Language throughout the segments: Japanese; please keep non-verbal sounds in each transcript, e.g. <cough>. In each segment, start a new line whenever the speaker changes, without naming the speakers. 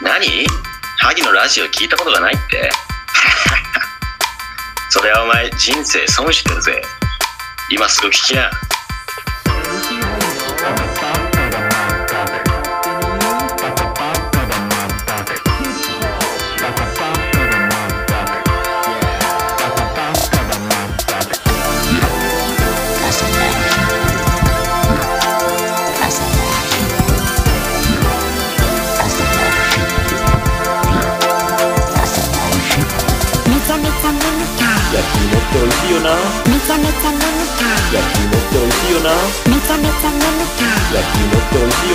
何萩のラジオ聞いたことがないって <laughs> それはお前人生損してるぜ今すぐ聞きな
焼き芋って美味しいよな焼き芋って美味しいよな焼き芋って美味しいよな焼き芋って美味し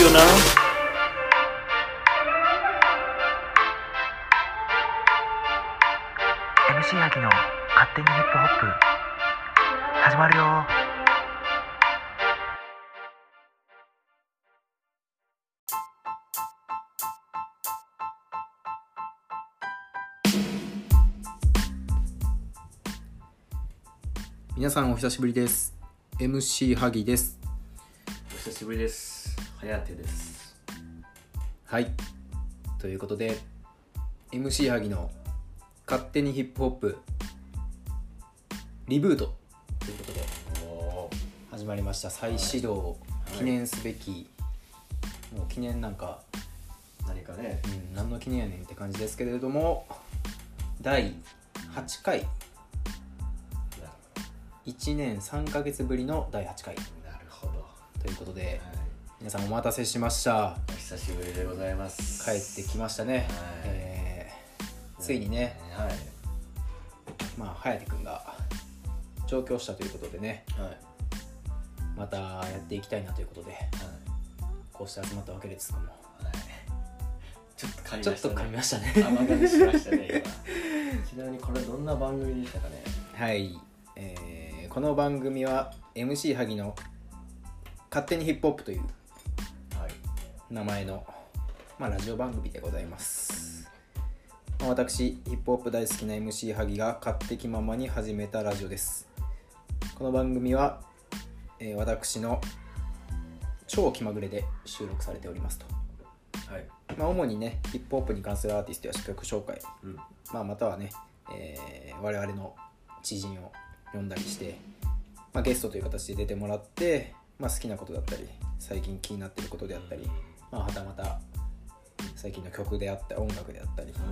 いよな
ヤギの勝手にヒップホップ始まるよ
皆さんお久しぶりです MC ハギです
お久しぶりです。颯です。
はいということで MC ハギの「勝手にヒップホップ」リブートということで始まりました再始動記念すべき、もう記念なんか、
何かね
う、ん、何の記念やねんって感じですけれども第8回1年3ヶ月ぶりの第8回
なるほど。は
ということ
い
で、皆さんお待たせしました
お久しぶりでございます。
帰ってきましたね、えーついにね、
はい。
まあ、颯君が上京したということでね
はい。はい。
またやっていきたいなということでこうして集まったわけですけども
ちょっと噛みましたね。
ちょっと
甘
噛みましたね
噛みしましたね、今。ちなみにこれどんな番組でしたかね。
<laughs> はい、えーこの番組は MC 萩の「勝手にヒップホップ」という
はい。
名前の、まあ、ラジオ番組でございます、まあ私ヒップホップ大好きな MC 萩が勝手気ままに始めたラジオですこの番組は、えー私の超気まぐれで収録されておりますと、
はい。
まあ、主にねヒップホップに関するアーティストや曲紹介、
うん。
まあ、またはね、えー我々の知人を呼んだりして、まあ、ゲストという形で出てもらって、まあ、好きなことだったり最近気になってることであったり、まあ、はたまた最近の曲であったり音楽であったり、
はい。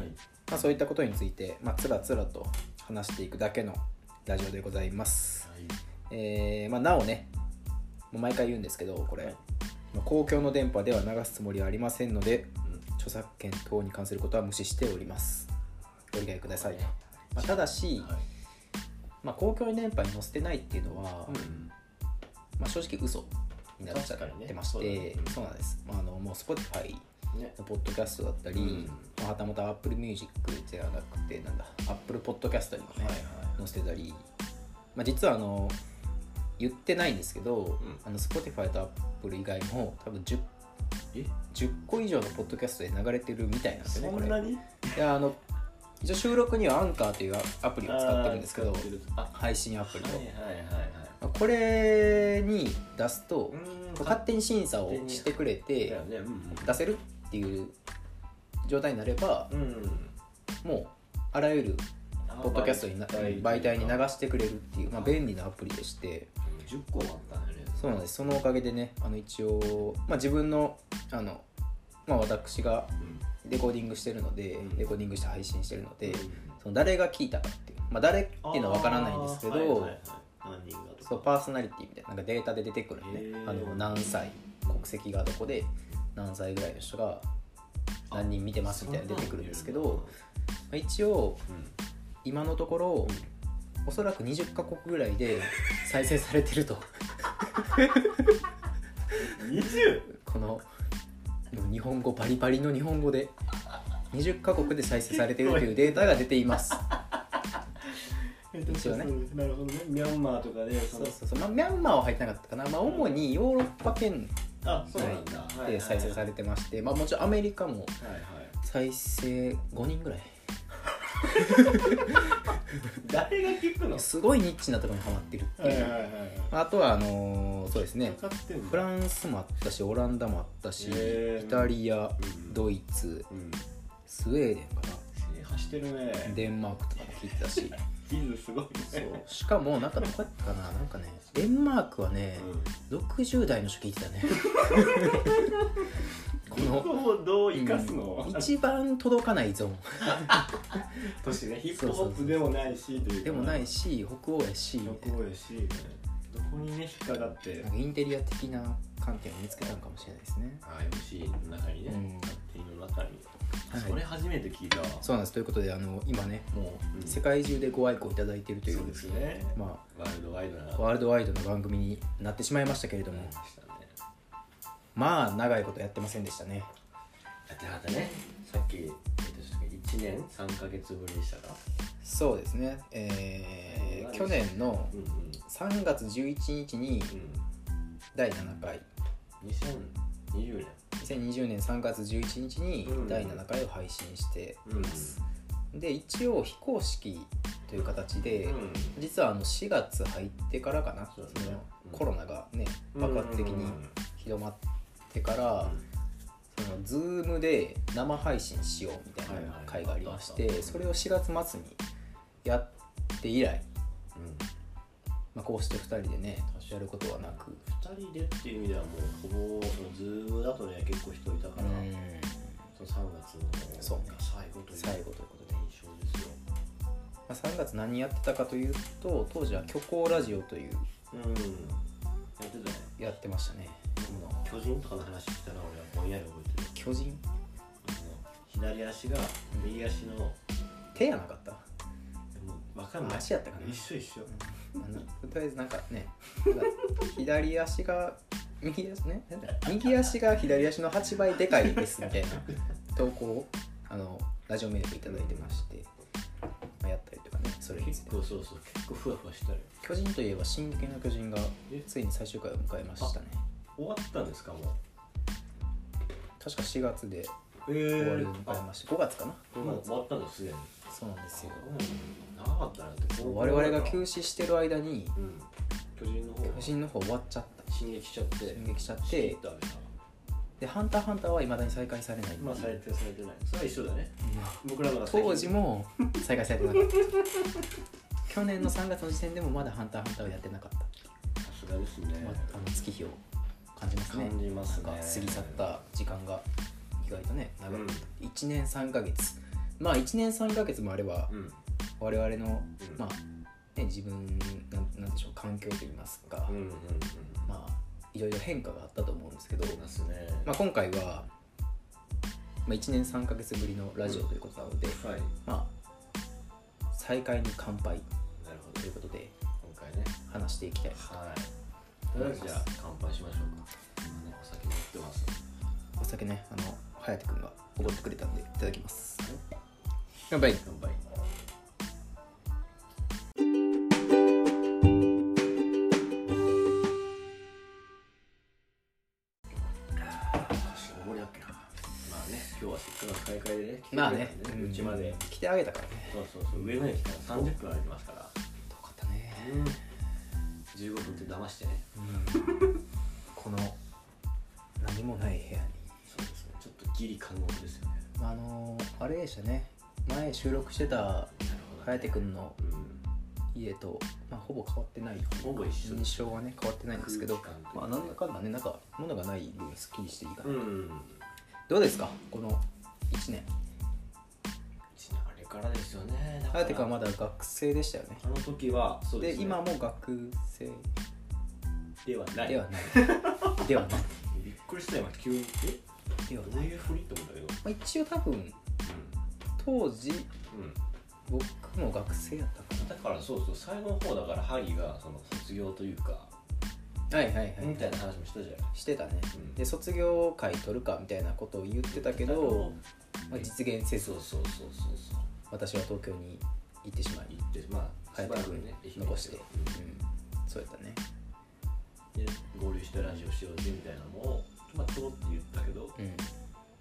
まあ、そういったことについて、まあ、つらつらと話していくだけのラジオでございます、えーまあ、なおねもう毎回言うんですけどこれ、まあ公共の電波では流すつもりはありませんので著作権等に関することは無視しておりますご理解ください、まあ、ただし、
はい。
まあ、公共電波に載せてないっていうのは、
うん。
まあ、正直嘘になっちゃってまして、
確かにねそうだね
そうなんです、まあ、あのもう Spotify
ね。
ポッドキャストだったり、
うん
まあはたまた Apple Music ではなくてなんだ Apple Podcast にも
は
ね、
いはい
載せてたり、まあ、実はあの言ってないんですけど、
うん
あの Spotify と Apple 以外も多分 10,
え
10個以上のポッドキャストで流れてるみたいなんですよね
そ
これ
んなに
いやあの一応収録にはアンカーというアプリを使ってるんですけど
あー使ってるあは
配信アプ
い
リを、
はいはいはい。
これに出すと
うん
勝手に審査をしてくれ
だ
て
よね。うん。
出せるっていう状態になれば
うん。
もうあらゆるポッドキャストにな媒体に流
れ
してくれるっていう、まあ、便利なアプリでして
10個もあったんだよね
そうなんですそのおかげでねあの一応、まあ、自分のあの、まあ、私が
うん
レコーディングしてるので、
うん
レコーディングして配信してるので、
うん
その誰が聞いたかっていう、まあ、誰っていうのは分からないんですけど、
あーはいはいはい何人がとか
そうパーソナリティみたいななんかデータで出てくるのね
へー
あの何歳国籍がどこで何歳ぐらいの人が何人見てますみたいなの出てくるんですけど、まあ一応
う
今のところ、おそらく20カ国ぐらいで再生されてると <laughs>
ん、20?
この日本語バリバリの日本語で20カ国で再生されてるというデータが出ています一応ね
なるほどねミャンマーとかでそ
そう
の
そうそう、まあ、ミャンマーは入ってなかったかな、まあ、主にヨーロッパ圏
あそうなんだ、
内で再生さ
れ
れてまして、まあ、もちろんアメリカも
はいはい
再生5人ぐらい
誰が聞くの
すごいニッチなところにはまってるって
はい
い
は
う、
いはい
あとはあのーそうですね
かかってんの
フランスもあったしオランダもあったし、
へー
イタリア
うん
ドイツ
うん
スウェーデンか
制覇してるね
なデンマークとかも聞いてたし
キーズすごいね
そうしかもなんかどこやったかななんかねデンマークはね、60代の人聞い
<laughs>
てたねこ
こ
の
こをどう生かすの、 <laughs>
うん一番届かないゾーン
年ねヒップホップでもないしというか
でもないし北欧やし
旅行やしどこにね引っかかって
なんかインテリア的な観点を見つけたのかもしれないですね
IMC の中にね、
うん
手の中に、
はい
それ初めて聞いたわ
そうなんですということであの今ねも
うん
う世界中でご愛顧いただいているという
そうですね
ま
ワールドワイドな
あワールドワイドの番組になってしまいましたけれども
でしたね
まあ長いことやってませんでしたね
だってまたねさっき言った1年3か月ぶりでしたか
そうですねえー去年の
うんうん
3月11日に
う
第7回
ん2020年
2020年3月11日に第7回を配信しています、で一応非公式という形で、
うん
実はあの4月入ってからかな
そ
そう
ですね
の
うん
コロナがね爆発的に広まってから、その Zoom で生配信しようみたいな会がありまして、
はいはい
それを4月末にやって以来、
うんうん
まあ、こうして2人でね
確かに
やることはなく、
2人でっていう意味ではもうほぼそのズームだとね結構人いたから、その3月の
そうね
最後という
最後ということで
印象ですよ
まあ、3月何やってたかというと当時は「虚構ラジオ」という
うんやってたね
やってましたね
巨人とかの話してたら俺はぼんやり覚えてる
巨人
その左足が右足の、も
手やなかった
う分かんない
足やったかな
一緒一緒
あのとりあえずなんかねなんか左足が右足ねなんだ右足が左足の8倍でかいですみたいな投稿をあのラジオメールでいただいてまして、まあやったりとかねそれにつ
結
いて
構そうそう結構ふわふわしてたよ
巨人といえば「進撃の巨人」が
え
ついに最終回を迎えましたね
終わったんですかもう
確か4月で
え
終わ
え
りを迎えまして5月かな
もう終わったんですすでに
そうなんですよ
うん長かったなって
我々が休止してる間に
うん巨人の方
巨人の方終わっちゃった
進撃しちゃって
進撃しちゃっ
シ
て
ート浴びた
で「ハンターハンター」はいまだに再開されない
まあされてるされてないそれは一緒だね
うん
僕らのが先
当時も再開されてなかった
<laughs>
去年の3月の時点でもまだ「ハンターハンター」をやってなかった、
さすがですね
まあ、あの月日を感じますね
感じますね
なんか過ぎ去った時間が意外とね長
う
い、
ん
1年3ヶ月まあ1年3ヶ月もあれば
うん
我々の、
うん
まあ、ね、自分なんなんでしょう環境といいますか、
うんうんうん
まあいろいろ変化があったと思うんですけど、
いますね
まあ、今回は、まあ、1年3ヶ月ぶりのラジオということなので、
はい
まあ再開に乾杯
なるほど
ということで
今回ね
話していきたい
はいとりあえずじゃあ乾杯しましょうか今ねお酒持ってます
お酒ねあの颯君がおごってくれたんでいただきます乾杯
乾杯盛りだっけなまあね今日はせっかくの大会でね来てくれたんで
まあね
うちまで
うん来てあげたからね
そうそうそう上野駅から30分歩きますから
よかったね、
15分って騙してね
この何もない部屋に、
そうですねちょっとギリ感覚ですよね
まあ、あのあれでしたね前収録してた
なるほどね
颯君の
うん
家と、まあ、ほぼ変わってない
ほぼ一緒です
印象はね変わってないんですけど
空間というか
まあなんだかんだねなんか物がない分すっきりしていいかな、
うん
どうですかこの1年
一年あれからですよねだから
颯君はまだ学生でしたよね
あの時はそう
で
です、ね、
今も学生
ではない
ではないではない
びっくりした今急にえ
では
ど
な
う
い、
いうふりって思ったけど
まあ、一応多分当時
うん、うん
僕も学生やった
だ
か
からそうそう最後の方だからハリーがその卒業というか、
なはいはいはい、
みたいな話もしたじゃない
してたね、
うん
で卒業会取るかみたいなことを言ってたけど、まあ、実現せず
そうそうそうそうそう
私は東京に行ってしまい
行ってまあ
帰ってくる
ね愛媛
残して、
う
うん、そうやったね
んで合流してラジオしようぜみたいなのもまあちょろって言ったけど、
うん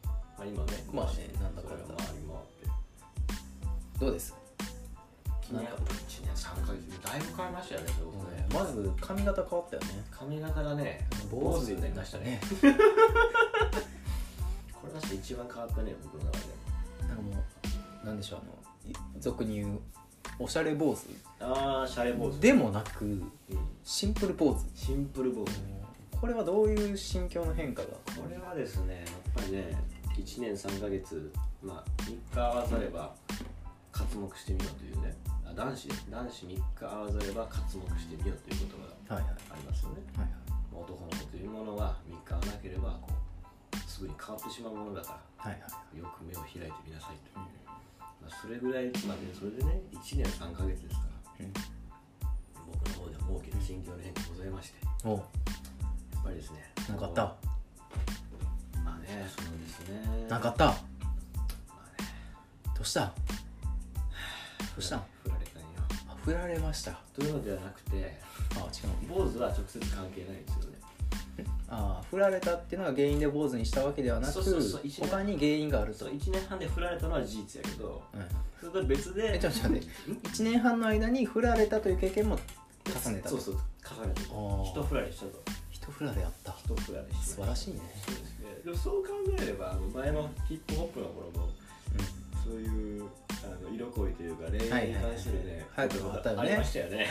まあ今ね
まあねなんだかん
それ
だ
がまあ今あって
どうです
なんか1年3ヶ月だいぶ変わりましたよねそれこそね
まず髪型変わったよね
髪型がね坊主になりましたねこれがして一番変わったね僕の中で
なんかもうなんでしょうあのい俗に言うおしゃれ坊主
ああシャレ坊主、
でもなく
うん
シンプル坊主
シンプル坊主
これはどういう心境の変化が
これはですねやっぱりね1年3ヶ月まあ3日合わされば活目してみようというねあ男子男子3日合わされば活目してみようということが
はいはい
ありますよね
はい
男の子というものは3日合わなければこうすぐに変わってしまうものだから
はいはい
よく目を開いてみなさいという、まあ、それぐらいまでそれでね1年3ヶ月ですから、
うん
僕の方でも大きな心境の変化ございましてや
おう
っぱりですね
なんかあった
まあねそうですね
なんかあった
まあね
どうしたどうした
振られたんよ
あ振られましたあ
というのではなくて
違う
坊主は直接関係ないんですよね
ああ振られたっていうのが原因で坊主にしたわけではなく
そうそうそう一緒に
他に原因があると
そう1年半で振られたのは事実やけど
うん
それと別で
えちょっと待って1年半の間に振られたという経験も重ねた
そうそう重ねた
あー
人振られしたと
一振られあった
人振られして
素晴らしいね
そうですねでもそう考えれば前のヒップホップの頃もそういうあの色恋というか恋愛に関するね、
はいはいはい
ことがありましたよね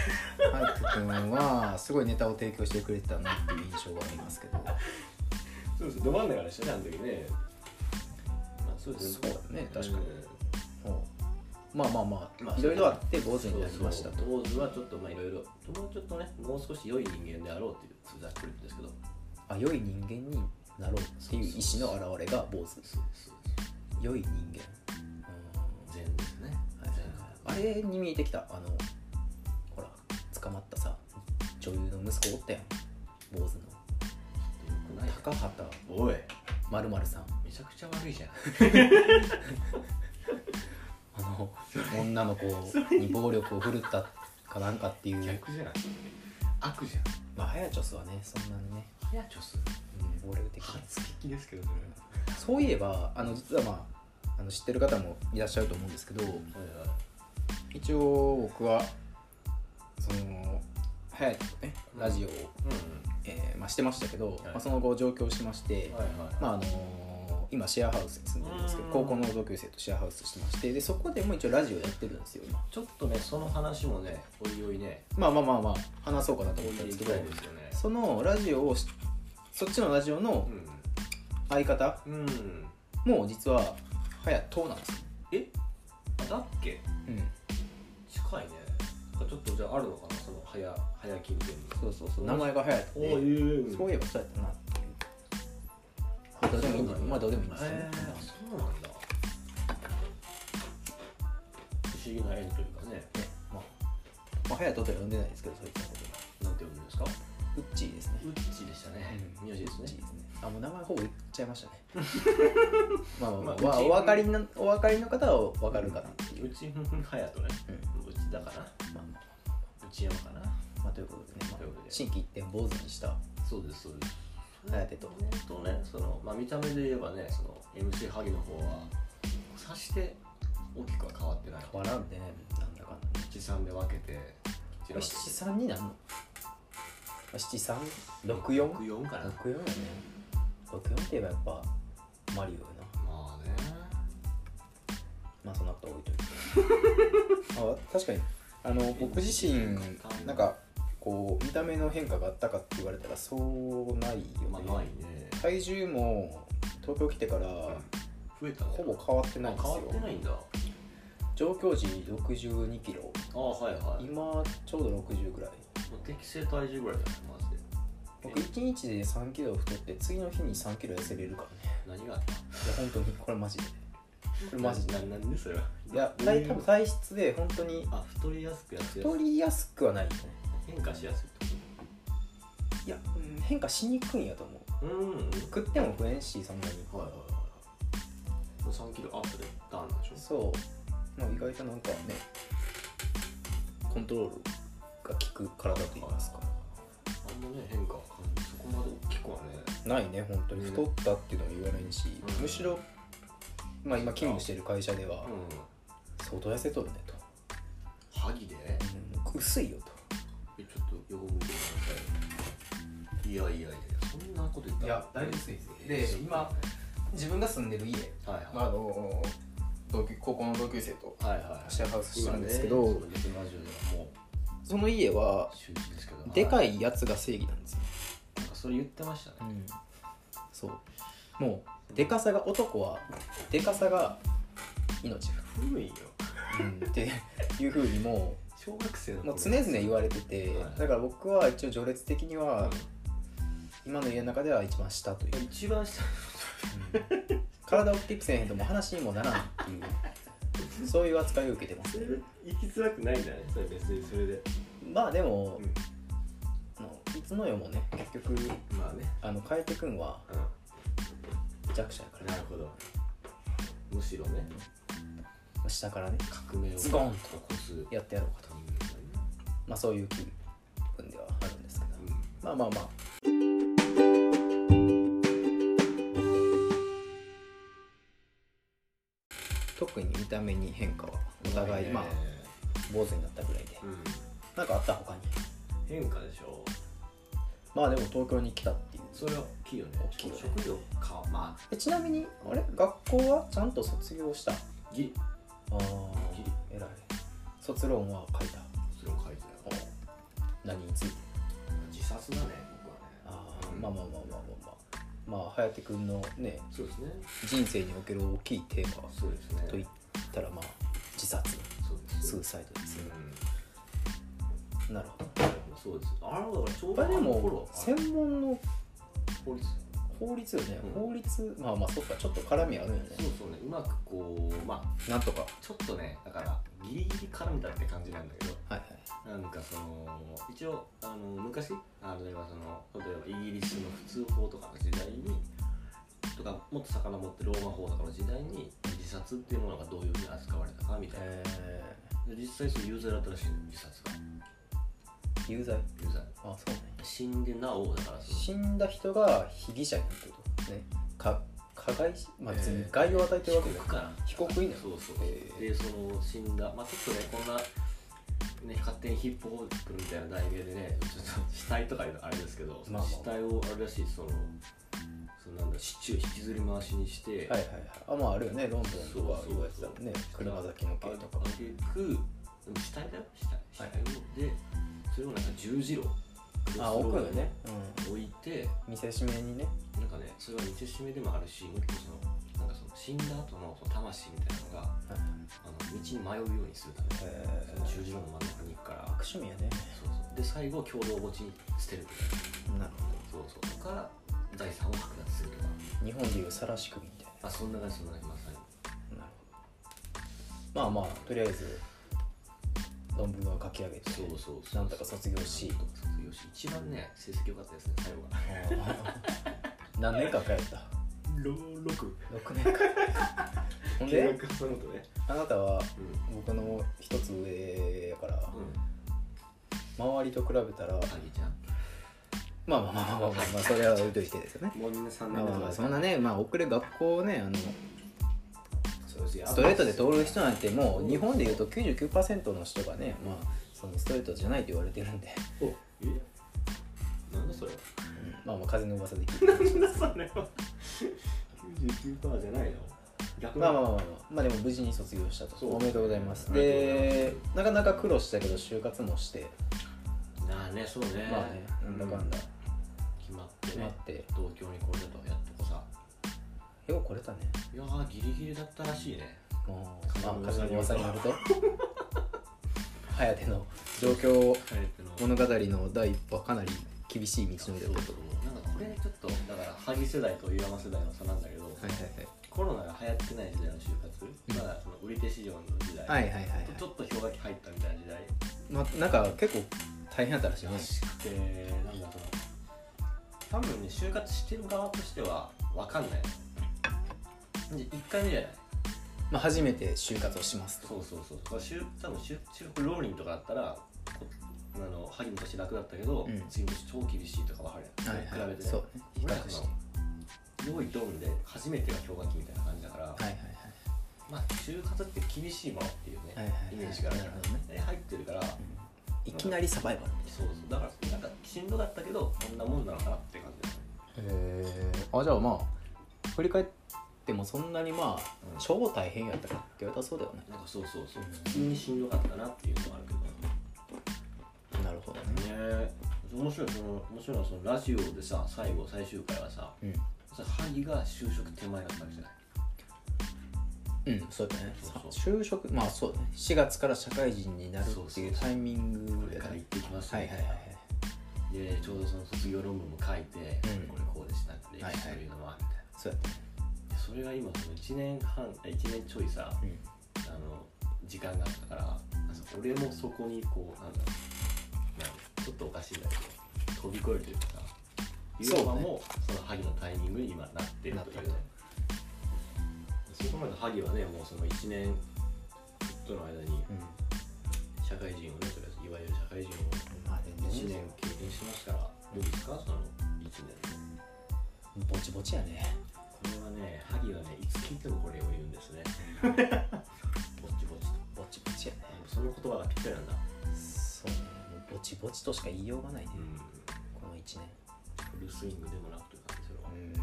ハイく君はすごいネタを提供してくれてたなっていう印象がありますけど
そうですど真ん中でしたねあの時ね、まあ、そうです
そうだね確かに
うん
まあまあまあ、いろいろあって坊主になりましたと
そうそう当時はちょっとまあいろいろもうちょっとねもう少し良い人間であろうっていうそうざっくり言うんですけど
あ良い人間になろうっていう意思の表れが坊主
そうですそうです
良い人間
善ですね
うんあれに見えてきたあのほら捕まったさ女優の息子おったやん坊主の
良くない
高畑
おい
まるまるさん
めちゃくちゃ悪いじゃん
あの女の子に暴力を振るったかなんかっていう
じゃない悪じゃん
まあハヤチョスはねそんなにね、
早ちょす
うん、暴力的な
初聞きですけどね
そういえばあの実はまああの知ってる方もいらっしゃると思うんですけど
はいはい
一応僕はそのハヤチョとねラジオを、
う
えーまあ、してましたけど、
い
まあ、その後上京しまして、
んはいはい
まああのー今シェアハウスに住んでるんですけど
うん
高校の同級生とシェアハウスしてましてでそこでも一応ラジオやってるんですよ今
ちょっとねその話もねおいおいね
まあまあまあまあ話そうかなと
お
思っ
い
た
おい
んで
い
す
き
け
た
ど
いですよね
そのラジオをしそっちのラジオの相方
うんうん
も実ははやとうなんですよ、
えあだっけ
うん、
近いねちょっとじゃああるのかなその早早近辺に
そうそうそう名前がはやと
お
うで
おいう
そういえばそうやったなっていうまあどうでもいいんだまあどうでもいいんですよね
ねそうなんだ不思議な縁というかね
ねまあまあはやとうとは呼んでないですけどそういったこ
なんて呼ぶんですか
とウッチーですね
ウッチでしたね
うん
名字ですね
ウッチーあもう名前ほぼ言っちゃいましたねまあまあまあ、
まあ
お分かりのお分かりの方は分かるかなっていう、
うちはやとね
うん
うちだかな
まあま
うち山かな
あ、まあ、ということでね、まあ
ということで
心機一転坊主にしたは
そうですそうです
やてと
とねその、まあ、見た目で言えばねその MC 萩の方はさして大きくは変わってない
変わらんでねなんだかんだね
七三で分けて
これ七三になるの七三六四
六四かな
六四やね六四って言えばやっぱマリオやな
まあね
まあそんなことは置いといて <laughs> あ確かにあの僕自身なんかこう見た目の変化があったかって言われたらそうないよ
ま
ね、
あないね
体重も東京来てから
増えたの
ほぼ変わってないん
あ
で
変
す
わって
よ
ないんだあ
上京時6 2キロ
あはいはいも
今ちょうど60ぐらいう
適正体重ぐらいだねマジで
僕1日で3キロ太って次の日に3キロ痩せれるからね
何があった
いや本当にこれマジでこれマジで
ななんでそれはい
や体多分体質で本当に
あ太りやすくやって
太りやすくはないよね
変化しやすいって
いやうん変化しにくいんやと思う
ことうんはい
食っても増えんしそんなに
はいはいもう3キロアップでダウンなんでしょ
そう、まあ、意外となんかねコントロールが効く体といいますか
あんまね変化は感じそこまで大きくはね
ないね本当に太ったっていうのは言われんし、
うん
むしろ、まあ、今勤務してる会社では
うん
相当痩せとるねと、
萩でえ
うん、薄いよと
ちょっと横向いてもらいたいいやいやいやそんなこと言った
いやだいぶ薄いですよで
えー
今自分が住んでる家、
はい
まあ、あ
は
の同級高校の同級生と
いはいはい
シェアハウスしたんですけど
今ねその別のラジオではも
その家は
う周知ですけど
でか
い
いやつが正義なんですよ、
なんかそれ言ってましたね
うん、そうもうでかさが男はでかさが命、
古いよ
うん、っていうふうにも
小学生の
う
頃
もう常々言われてて、
はい
だから僕は一応序列的には今の家の中では一番下という、
一番下
うん体大きくせえへんともう話にもならんっていうそういう扱いを受けてますね
行きづらくないんだねそれ別にそれで
まあでも、
うん
あのいつの世もね結局
まあね
あの変えてくんは
う
弱者やか
んなるほどむしろね
ら下からね
革命を
ズ
起
ボ
こ
ン
す人
やってやろうかと
間がいる
まあそういう気分ではあるんですけどまあまあまあ特に見た目に変化はお互いまあ坊主になったぐらいで
うん
なんかあった他に
変化でしょ
まあでも東京に来たっていう
それは大きいよね
大きいよね
職業かま
えちなみにあれ学校はちゃんと卒業したあ
あギリ
あ偉い卒論は書いた
それを書いてたよ
何について
自殺だね僕はね
あ
うん
まあまあまあまあまあまあまあ颯君のね
そうですね
人生における大きいテーマ
そうですね
といったらまあ自殺
そうです
スーサイドです
うん
よなるほど
そうですあれだからちょう
ま
ど
あ
あ
で
の
も
頃あれ
専門の
法律
法律よね、
うん
法律まあまあそっかちょっと絡みあるよね
そうそうねうまくこうまあ
なんとか
ちょっとねだからギリギリ絡めたって感じなんだけど
はいはい
なんかその一応あの昔あ例えばその例えばイギリスの普通法とかの時代にとかもっと遡ってローマ法とかの時代に自殺っていうものがどういうふうに扱われたかみたいな、
え
で実際そう有罪だったらしいの自殺が
ー、有罪
有罪
あそうね
死んでなおだからその
死んだ人が被疑者になるってことねか加害しまあ別に害を与えてるわけ
被
だ
告かな
被告になる
そうそう、
えー
でその死んだまあちょっとねこんなね、勝手にヒップホップみたいな題名でねちょっと死体とかいうのあれですけど、
まあまあ
死体をあれらしいそのそのなんだシチュー引きずり回しにして、
はいはいはいあまああるよねロンドンとか
そうそうそう
言われてたもんね車崎の系とか
あげくでも死体だよ死体死体を、でそれをなんか十字路
あ置くよね、
置いて
うん、見せしめにね
なんかねそれは見せしめでもあるしもう一個そのなんかその死んだ後のその魂みたいなのが
はい
あの道に迷うようにするために
え
その
ー
十字路の真ん中に行くから
悪趣味やね
そうそうで最後共同墓地に捨てるとか
なるほ
そうそうとか財産を剥奪するとか
ど日本でいうさらし首みたい
あそんな感じそんな感じまさに
ななるほどまあまあとりあえず論文は書き上げて <laughs>
そうそうそう
なんとか卒業し
なんとか卒業し一番ね成績良かったですね最後が
あー何年か通った
6
6年 <laughs> かほんで
そのことね
あなたは
うん
僕の一つ上やから
うん
周りと比べたら
ハギちゃん
まあまあまあまあまあ、まあ、それは置いといてですよね
もうみんな3
まあまあまあそん
な
なねまあ遅れ学校をねあのス
ス
トレートで通る人なんてもう日本でいうと99%の人がねまあそのストレートじゃないと言われてるんで、
おえなんだそれは
うんま <laughs> あまあ風の噂で聞いて
なんだそれは99%じゃないの逆
まあまあまあまあ、まあ、でも無事に卒業したと
そう
おめでとうございます
ありがとうございます
でなかなか苦労したけど就活もして
なあねそうね
まあねなんだかんだ
う決まってね
決まって
東京に来れたとやっとこさ
よう来れたね
いやーギリギリだったらしいね
もう
風
ま
の
あ
噂
風の噂によると <laughs> 颯の状況
帰っての
物語の第一歩はかなり厳しい道
そう
のり
そ
だ
う
っ
そ
た
う
と
なんかこれちょっとだから萩世代と岩間世代の差なんだけど、
はいは
コロナが流行ってない時代の就活、まだその売り手市場の時代、
いはいはいはいはいはい
ちょっと氷河期入ったみたいな時代
まあなんか結構大変だったらしいね
らしくてなんだその多分ね就活してる側としては分かんないで1回目じゃない
まあ初めて就活をしますと
そうそうそうまあ就多分就職浪人とかだったらこあの萩の年楽だったけど、
うん
次の年超厳しいとか分かるやん、
はい
比
はい
べてね
そうね比較
俺
して
らの用意ドンで初めてが氷河期みたいな感じだから、
はいはいはい
まあ、就活って厳しいものっていうね、
はいはいはい
イメージがあるから
なるほどね
で入ってるから、
いきなりサバイバル
そうそうだからなんかしんどかったけどこんなもんなのかなって感じだよね
えー、あじゃあまあ振り返ってもそんなにまあ
うん
超大変やったかって言われたらそうだよね
なんかそうそうそう普通にしんどかったなっていうのはあるけど
なるほどね
ねえ面白いその面白いのはそのラジオでさ最後最終回はさ
うん
それ萩が就職手前だったわけじゃない
うん、そうだね
そうそう
さ就職まあそうだね4月から社会人になるってい
そう
う
そうそう
タイミング
これ
だ
から
ね
行ってきます
はいはいはいはい
でちょうどその卒業論文も書いて、
うん
これこうでしたって
はいはい
そういうのもあるみたい
そうやったね
なでそれが今その1年半あ1年ちょいさ、
うん
あの時間があったから俺もそこにこうなんだろうなんかちょっとおかしいんだけど飛び越えるというかさユ
そうね
ーマもその萩のタイミングに今なってるというねそこまで萩はねもうその1年との間に
うん
社会人をねとりあえずいわゆる社会人を
まあ全
1
然
年経験しましたからどうですかその1年
ぼちぼちやね
これはね萩はねいつ聞いてもこれを言うんです <laughs> ねぼっちぼっちと
ぼちぼちやね
その言葉がぴったりなんだ
そうねもうぼちぼちとしか言いようがないね、
うん
この1年
フルスイングでもなくという感じそれは
うん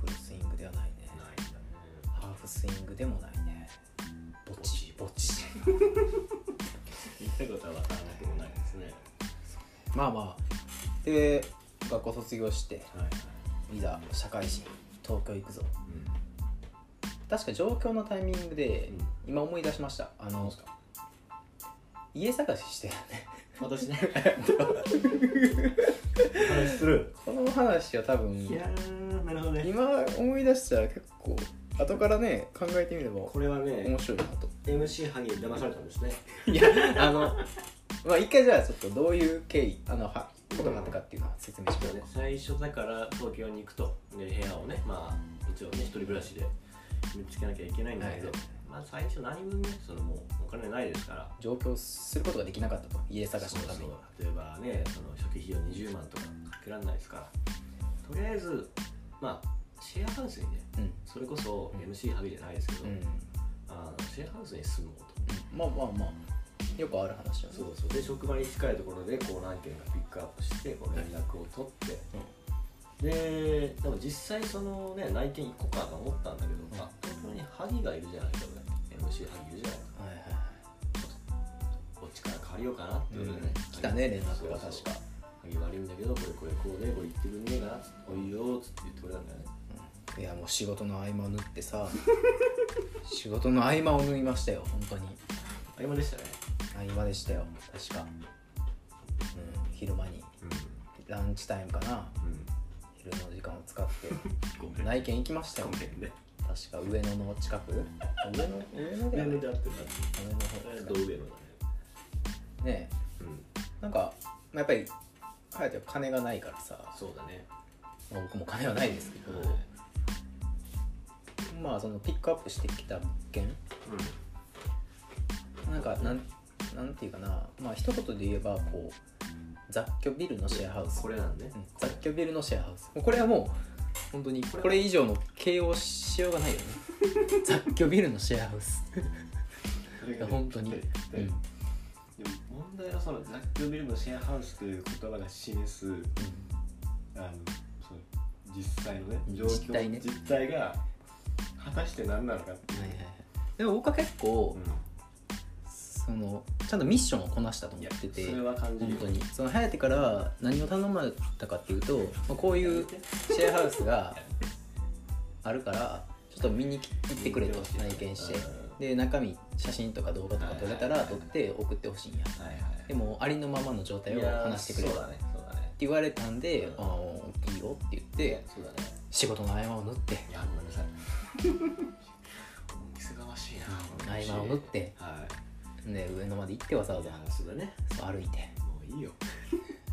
フルスイングではないね
ないんだね
ハーフスイングでもないねぼちぼち
言ったいことは分からなくもないですね
まあまあで学校卒業して
はいはい
いざ社会人東京行くぞ
うん
確か上京のタイミングで、
うん
今思い出しましたあ
どう
の
ですか
家探ししてたよね
私ね <laughs> 話する
この話は多分
いやーなるほどね
今思い出したら結構後からね考えてみれば
これはね
面白いなと
MC ハギに騙されたんですね
いやあの <laughs> まあ一回じゃあちょっとどういう経緯あのはことがあったかっていうのを説明しようね
最初だから東京に行くとで部屋をねまあ一応ね一人暮らしで見つけなきゃいけないんだけど、
はい
まあ最初何分ねそのもうお金ないですから
上京することができなかったと家探しのために
そうそう例えばねその初期費用20万とかかけられないですからとりあえずまあシェアハウスにね
うん
それこそ
うん
MC ハビじゃないですけど、
うん
あのシェアハウスに住もうと
まあまあまあよくある話だね
そうそうで職場に近いところでこう何件かピックアップしてこう連絡を取って、ででも実際そのね内見行こうかと思ったんだけど、
ん
あ東京にハギがいるじゃないか俺 MC ハギいるじゃないか
はいはい
こっちから借りようかなってことでね、
うん来たね連絡が
そうそう
確か
萩悪いんだけどこれこれこうでこれ言ってくんねえかなっつっておいよーっつって言ってくれたんだよね
いやもう仕事の合間を縫ってさ <laughs> 仕事の合間を縫いましたよ本当に
あ今でしたね
合間でしたよ確か、うん、昼間にランチタイムかな
うんうん
昼の時間を使って
<laughs> ごめん
内見行きましたよ
ごめんね
確か上野の近く上野上
上
野だよね
野であって
上野の方
たどう上野だね
ね
うん
なんか、まあ、やっぱり隼人は金がないからさ、
そうだね
まあ、僕も金はないですけど、まあそのピックアップしてきた物件
う
なんかなんなんていうかなまあ一言で言えばこう雑居ビルのシェアハウ
ん
ス
これなんね
うん雑居ビルのシェアハウスもうこれはもう本当にこれ以上の形容しようがない
<laughs>
よね雑居ビルのシェアハウス
これ
いや本当に、
で
うん
も問題はそのザックビルのシェアハウスという言葉が示すあのそう実際のね状況
実態ね
実態が果たして何なのかっていう、
はいはいはいでも僕は結構、そのちゃんとミッションをこなしたと
い
思
や
ってて
それは感じる
本当にその颯から何を頼まれたかっていうと、まあ、こういうシェアハウスがあるからちょっと見に行ってくれと
見てほし
内
い
見して
うん
で中身写真とか動画とか撮れた
はいは
ら
い
撮
はい
っ
はい
て送ってほしいんや
はい
でもありのままの状態
はい
を話してくれ
い
っ
やそうだ
て
ねそうだね
言われたんで
うん
「ああいいよ」って言って
そうだね
仕事の合間を縫って
いやごめんなさ
<laughs>
いお店がましいな
合間を縫って
は
で上野まで行ってわざわ
いい
ざ
やそうだね
そう歩いて
もういいよ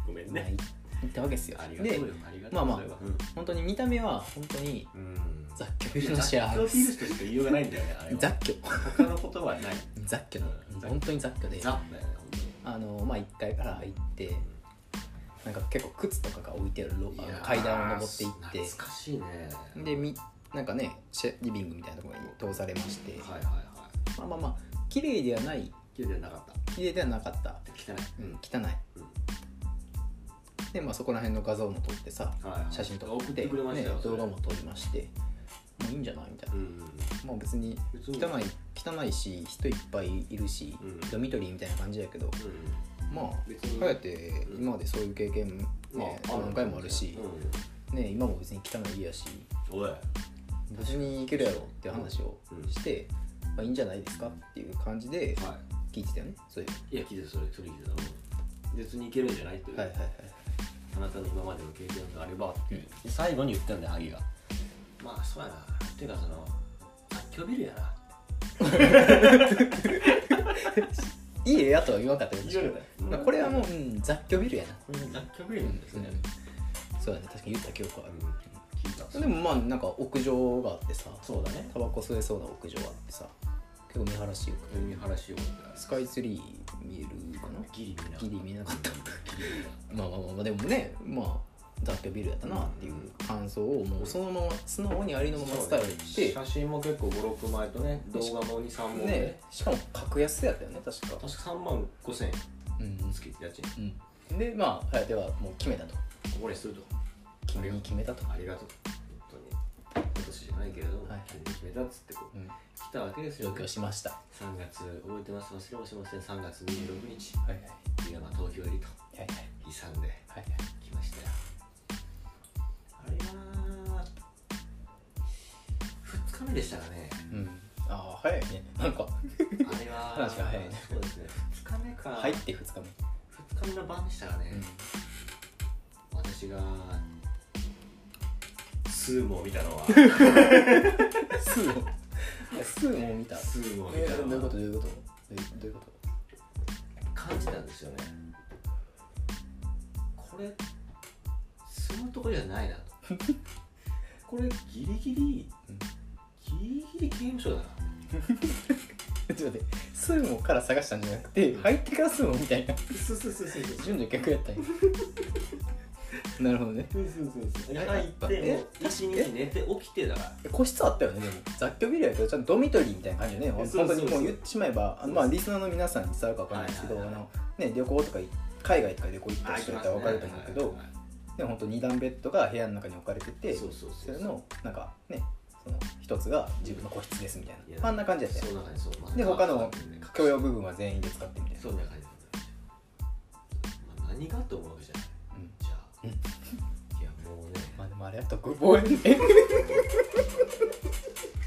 ごめん
まあ
ね
行ったわけですよ
ありが
で
とうよありがとう
まあまあ
それは
本当に見た目は本当に
うんうん
雑居ビルのシェアハウ
雑居ビ
ス
ルとしか言いようがないんだよねあれは
雑居
他の言葉はない
雑居の
うん
本当に雑居で
ザだよね本当に
あのまあ1階から入ってなんか結構靴とかが置いてあるロ
い
あ
や
の
ー
階段を登っていって
懐かしいね
でみなんかねシェリビングみたいなところに通されまして
はいはいはい
まあまあまあ綺麗ではない
綺麗ではなかった
綺麗ではなかった、
汚い
うん、汚い、
うん
でまあそこら辺の画像も撮ってさ
はいはい
写真撮
送
っ
っててくれましたよ
ね
それ
動画も撮りましてもういいんじゃないみたいな
う、ん
まあ別に
別に
汚い汚いし人いっぱいいるし、
うん
ドミトリーみたいな感じやけど
うん
まあ
別に
颯
うん
今までそういう経験、ね何回もあるし、ね、今も別に汚い家やし
うん、おい
無事に行けるやろっていう話を
うん
して、まあ、いいんじゃないですかっていう感じで
は
聞いてたよねそういう
いいや聞いてそれそれ聞いてたうん別にいけるんじゃないという、
はいはいはい
あなたの今までの経験があればって、で最後に言ったんだよ萩がまあそうやなっていうかその雑居ビルやない
い絵やとは言わなかったけど
言わなかった
まあこれはもう、うん、雑居ビルやな
これ雑居ビルなんですね、
そうだね確かに言った記憶ある、
聞いた
でもまあなんか屋上があってさ
そうだね
タバコ吸えそうな屋上があってさ結構見晴らしよくて
海原しよう
スカイツリー見えるかな
ギリ見な
ギリ見えなか <laughs> った
ギリ見な
まあまあまあまあでもねまあ雑居ビルやったなっていう感想をもうそのまま素直にありのまま伝えて
写真も結構56枚とね動画も23本
ね
ね
しかも格安やったよね確か
確か3万5000円
うん
つけて家賃
うんでまあ颯はもう決めたと
これすると
君に決めたと
ありがとう本当に今年じゃないけれども、
はい
君に決めたっつってこう、
うん
来たわけですよ
上
3
京しましたは
月覚えてます忘れもしません3月26日
いはい
伊山東京入りと
はいはい
悲惨で
はい
来ましたよあれは2日目でしたかね
うんああ早いねなんか
あれは
話が早いね
そうですね2日目か、
入って2日
2日目の晩でしたかね
目、うん
私がスーモを見たのは
ス <laughs> ーモスーモ見た
スーモを見
え
た
どういう
の
こ
は
とどういうことどういうどういうこと
感じたんですよねこれ住むとこじゃないなとこれギリギリ
うん
ギリギリ刑務所だな
ちょっと待って、スーモから探したんじゃなくて、入ってからスーモみたいな。
そうそうそうそうそう <laughs>
順序逆やったんや。なるほどね。
そうそうそう入ってもう
え
一日寝て起きてだから
個室あったよね、でも。雑居ビルやけど、ちゃんとドミトリーみたいな感じよね。
そう
本
そうそう
当にもう言ってしまえば、あのまあ、リスナーの皆さんに伝わるかわかんないですけど、
は
あ
いはいはい
の、ね、旅行とかい、海外とか旅行行った人だったらわかると思うけど、ね、本当二段ベッドが部屋の中に置かれてて、
そ
そう
そうそう
れの、なんかね、その一つが自分の個室ですみたい
い
な
や。
まああんな感じやった
そ
よ。
んな感じそうまあ
で他の
そうなんだよね
共用部分は全員で使ってみたいな。
そんな感じまあ何がと思うわけじゃない
うん
じゃあいやもうね
まあでもあれは特防やね <laughs>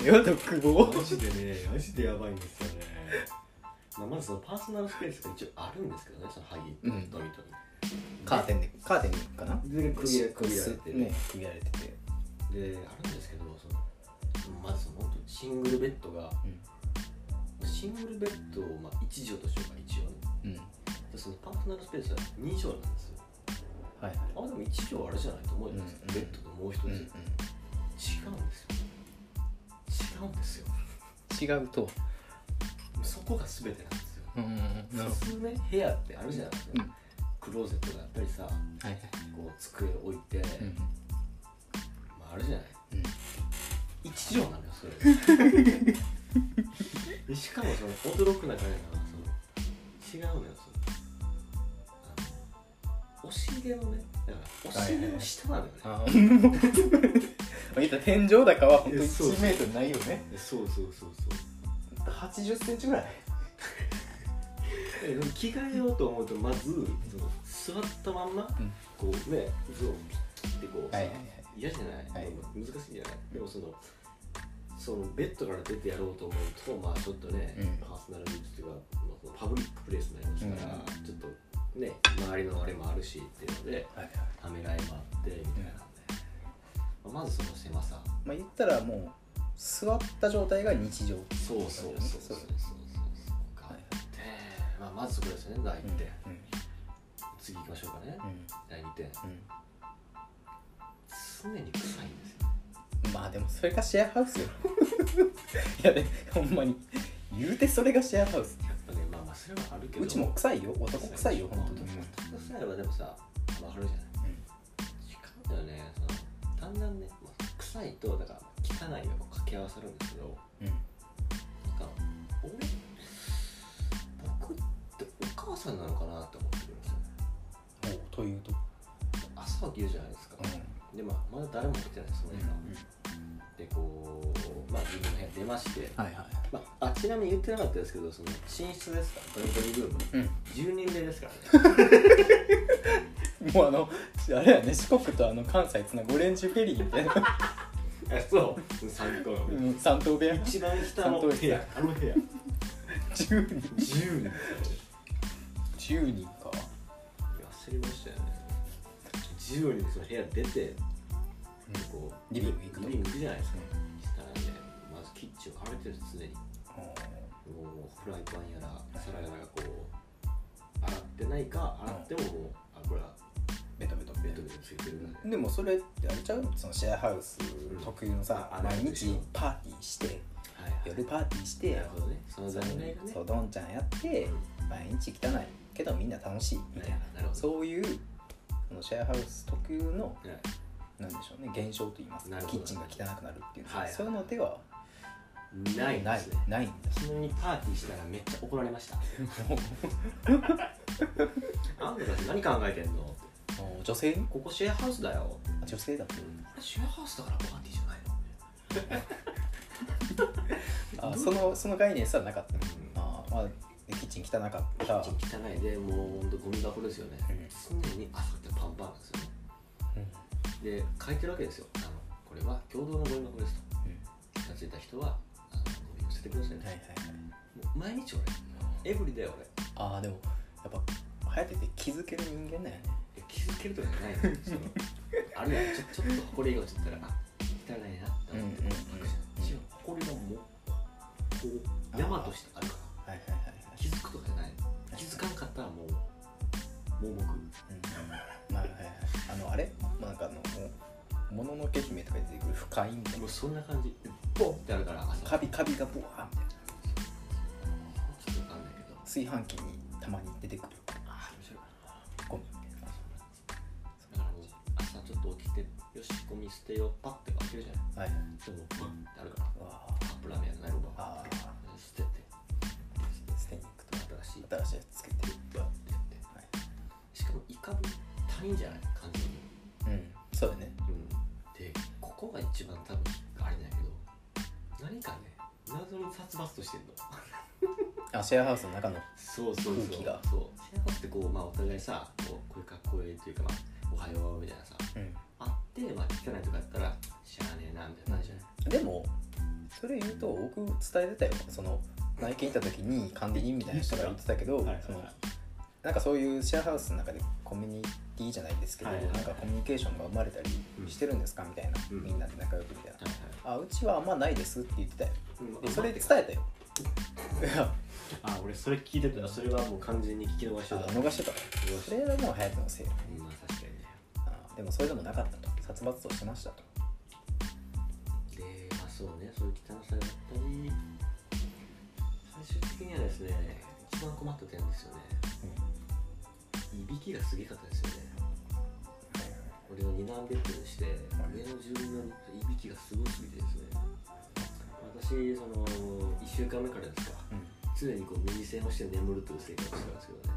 あれは特防
マジでね、マジでやばいんですよね。まあ、まずそのパーソナルスペースが一応あるんですけどね、その萩と
うん
ドミト
カーテンでカーテンかな
リ。で、区切ら区切られてね
ね。区切られてて
で、あるんですけど、そのまずその本当シングルベッドが、シングルベッドをまあ1畳としようか、一応ね。
うん、うん、
で、そのパーソナルスペースは2畳なんですよ。
はいはい
あ、でも1畳あれじゃないと思うじゃないですか、
うん
ベッドともう一つ、
うん
違うんですよ。違うんですよ。
うん、違うと
そこが全てなんですよ。
うんうんうんなるほ
普通ね、部屋ってあるじゃないですか。
ど
クローゼットがあったりさ、
はいはい
こう机置いて、
うん
まあ、あるじゃない
うん
一畳なのよそれ
<laughs>
でしかもその驚くなかれなその違うのよそのあのお尻のねだからお尻の下なのよね、
あーま <laughs> あ言ったら天井高は本当
いやそう
1メートルないよね
そうそうそうそう
8 0ンチぐらい
でその着替えようと思うとまずその座ったまんま、
ん
こうねそうピッてこうさ
はいはいはい
嫌じゃない、
はい
難しいんじゃないでもそのそのベッドから出てやろうと思うとまあちょっとね、
うん
パーソナルビューティーというか、まあ、そのパブリックプレイスになりますから、ちょっとね周りのあれもあるしっていうので
はいはい
ためらいもあってみたいなんで、まあまずその狭さ
まあ言ったらもう座った状態が日常
そうそうそうそうそうそうそうがあって、まあ、まずそこですね第1点、
う
次行きましょうかね、
んうん
第2点
うん
常に臭いんですよ
まあでもそれがシェアハウスよ <laughs> いやねほんまに言うてそれがシェアハウス
やっぱねまあまあそれはあるけど
うちも臭いよ男臭いよ本当に、
男臭いはでもさ分かるじゃない時間だよねそのだんだんね、まあ、臭いとだから汚いを掛け合わさるんですけど
うんうん
俺僕ってお母さんなのかなって思ってるんですよ
というと、
朝起きるじゃないですか、でまあまだ誰も起きてないその時間、でこうまあ自分の部屋出まして、
はいは
まあ、あちなみに言ってなかったですけどその寝室ですかドリドリルーム
い、う
10
ん、
人目ですから
<laughs>
ね
もうあのあれやね四国とあの関西つなぐオレンジフェリーみた
<laughs>
いな、
えそう参考の
うん、三等部屋
一番下の部屋あの部屋
10人
10人
10人か
忘れましたよね10人その部屋出て、こう
リビング行くと
リビング行くじゃないですか、したらねまずキッチンをかれてるんです常にもうフライパンやら皿やらがこう洗ってないか洗ってももう油
ベトベト
ベトベトついてるぐらい
でもそれってあれちゃうそのシェアハウス特有のさ、
うん
毎日パーティーして
はいはい
夜パーティーして、
なるほどねその残念がね
そうどんちゃんやって毎日汚いけどみんな楽しいみたいな、
なるほど
そういうそのシェアハウス特有の
はい
なんでしょうね現象といいますか
なるほ
キ
ど
ッチンが汚くなるっていう、
はい
そういうのでは
な
ないい
で
ない
すね
ないんだ
ちなみにパーティーしたらめっちゃ怒られました <laughs> あんたたち何考えてんのって
もう女性に
ここシェアハウスだよ
あ女性だって
あれシェアハウスだからパーティーじゃないの
あそのその概念すらなかった、
ん
あーまあでキッチン汚かった
キッチン汚いでもうほんとゴミ箱ですよね、常に朝ってパンパンなんですよねで書いてるわけですよあのこれは共同のゴミ箱ですと気がついた人はあのゴミを捨ててくださいね、
はいはいはい
もう毎日俺エブリデイ俺
ああでもやっぱ颯って気づける人間だよね
いや気づけるとかじゃない <laughs> のよそのあれやんちょちょっと埃が落ちてたらあ汚いなって思って
うんうん
隠して違う埃がもうこ
あ
う
ー
山としてあるから
はいはいはいはい
気づくとかじゃないの気づかんかったらもう盲目
うんまあはいはいあのあれ、まあ、なんかあの「もののけ姫」とか出てくる深いみたい
も
な
うそんな感じボンってあるから朝
カビカビがブワーみたいな
ちょっとわかんないけど
炊飯器にたまに出てくる
あー面白いな
ゴミみたいな
だからもう朝ちょっと起きてよしゴミ捨てようパッて開けるじゃない
はいは
でもバンってあるから
いわ
カップラーメンやない
あ
わ
あ
捨てて
ー捨てに行くと
新しい
新しいやつつけて
バンってやって
はい
しかもイカブ足りんじゃない完全に、
うんそうだね
うん、でここが一番多分あれだけど何かね謎に殺伐としてんの
あシェアハウスの中の
そうそう
空気が
そうシェアハウスってこうまあお互いさこうこういう格好いいというかまあおはようみたいなさ
うん
あってまあ聞かないとかやったらしゃあねえなみたいな感じじゃない
でもそれ言うと僕伝えてたよその内見行った時に管理人みたいな人が言ってたけど、そのなんかそういうシェアハウスの中でコミュニティじゃないですけど、
はいはいはい
なんかコミュニケーションが生まれたりしてるんですか、みたいな、
うん
みんなで仲良くみたいな、
はいはい
あうちはあんまないですって言ってたよ
うん
でそれ伝えたよいや
あ俺それ聞いてたらそれはもう完全に聞き逃し
<laughs> ちょ
て
ったと
うん
逃してたそれはもう隼人のせい
まあ確かにね
あでもそれでもなかったと殺伐としてましたと
でまあそうねそういう汚さだったり最終的にはですね一番困った点ですよねいびきがすげかったですよね俺の二段ベッドにして上の住人のいびきがすごすぎてですね私その1週間目からですか
うん
常にこう耳栓をして眠るという生活をしてたんですけどね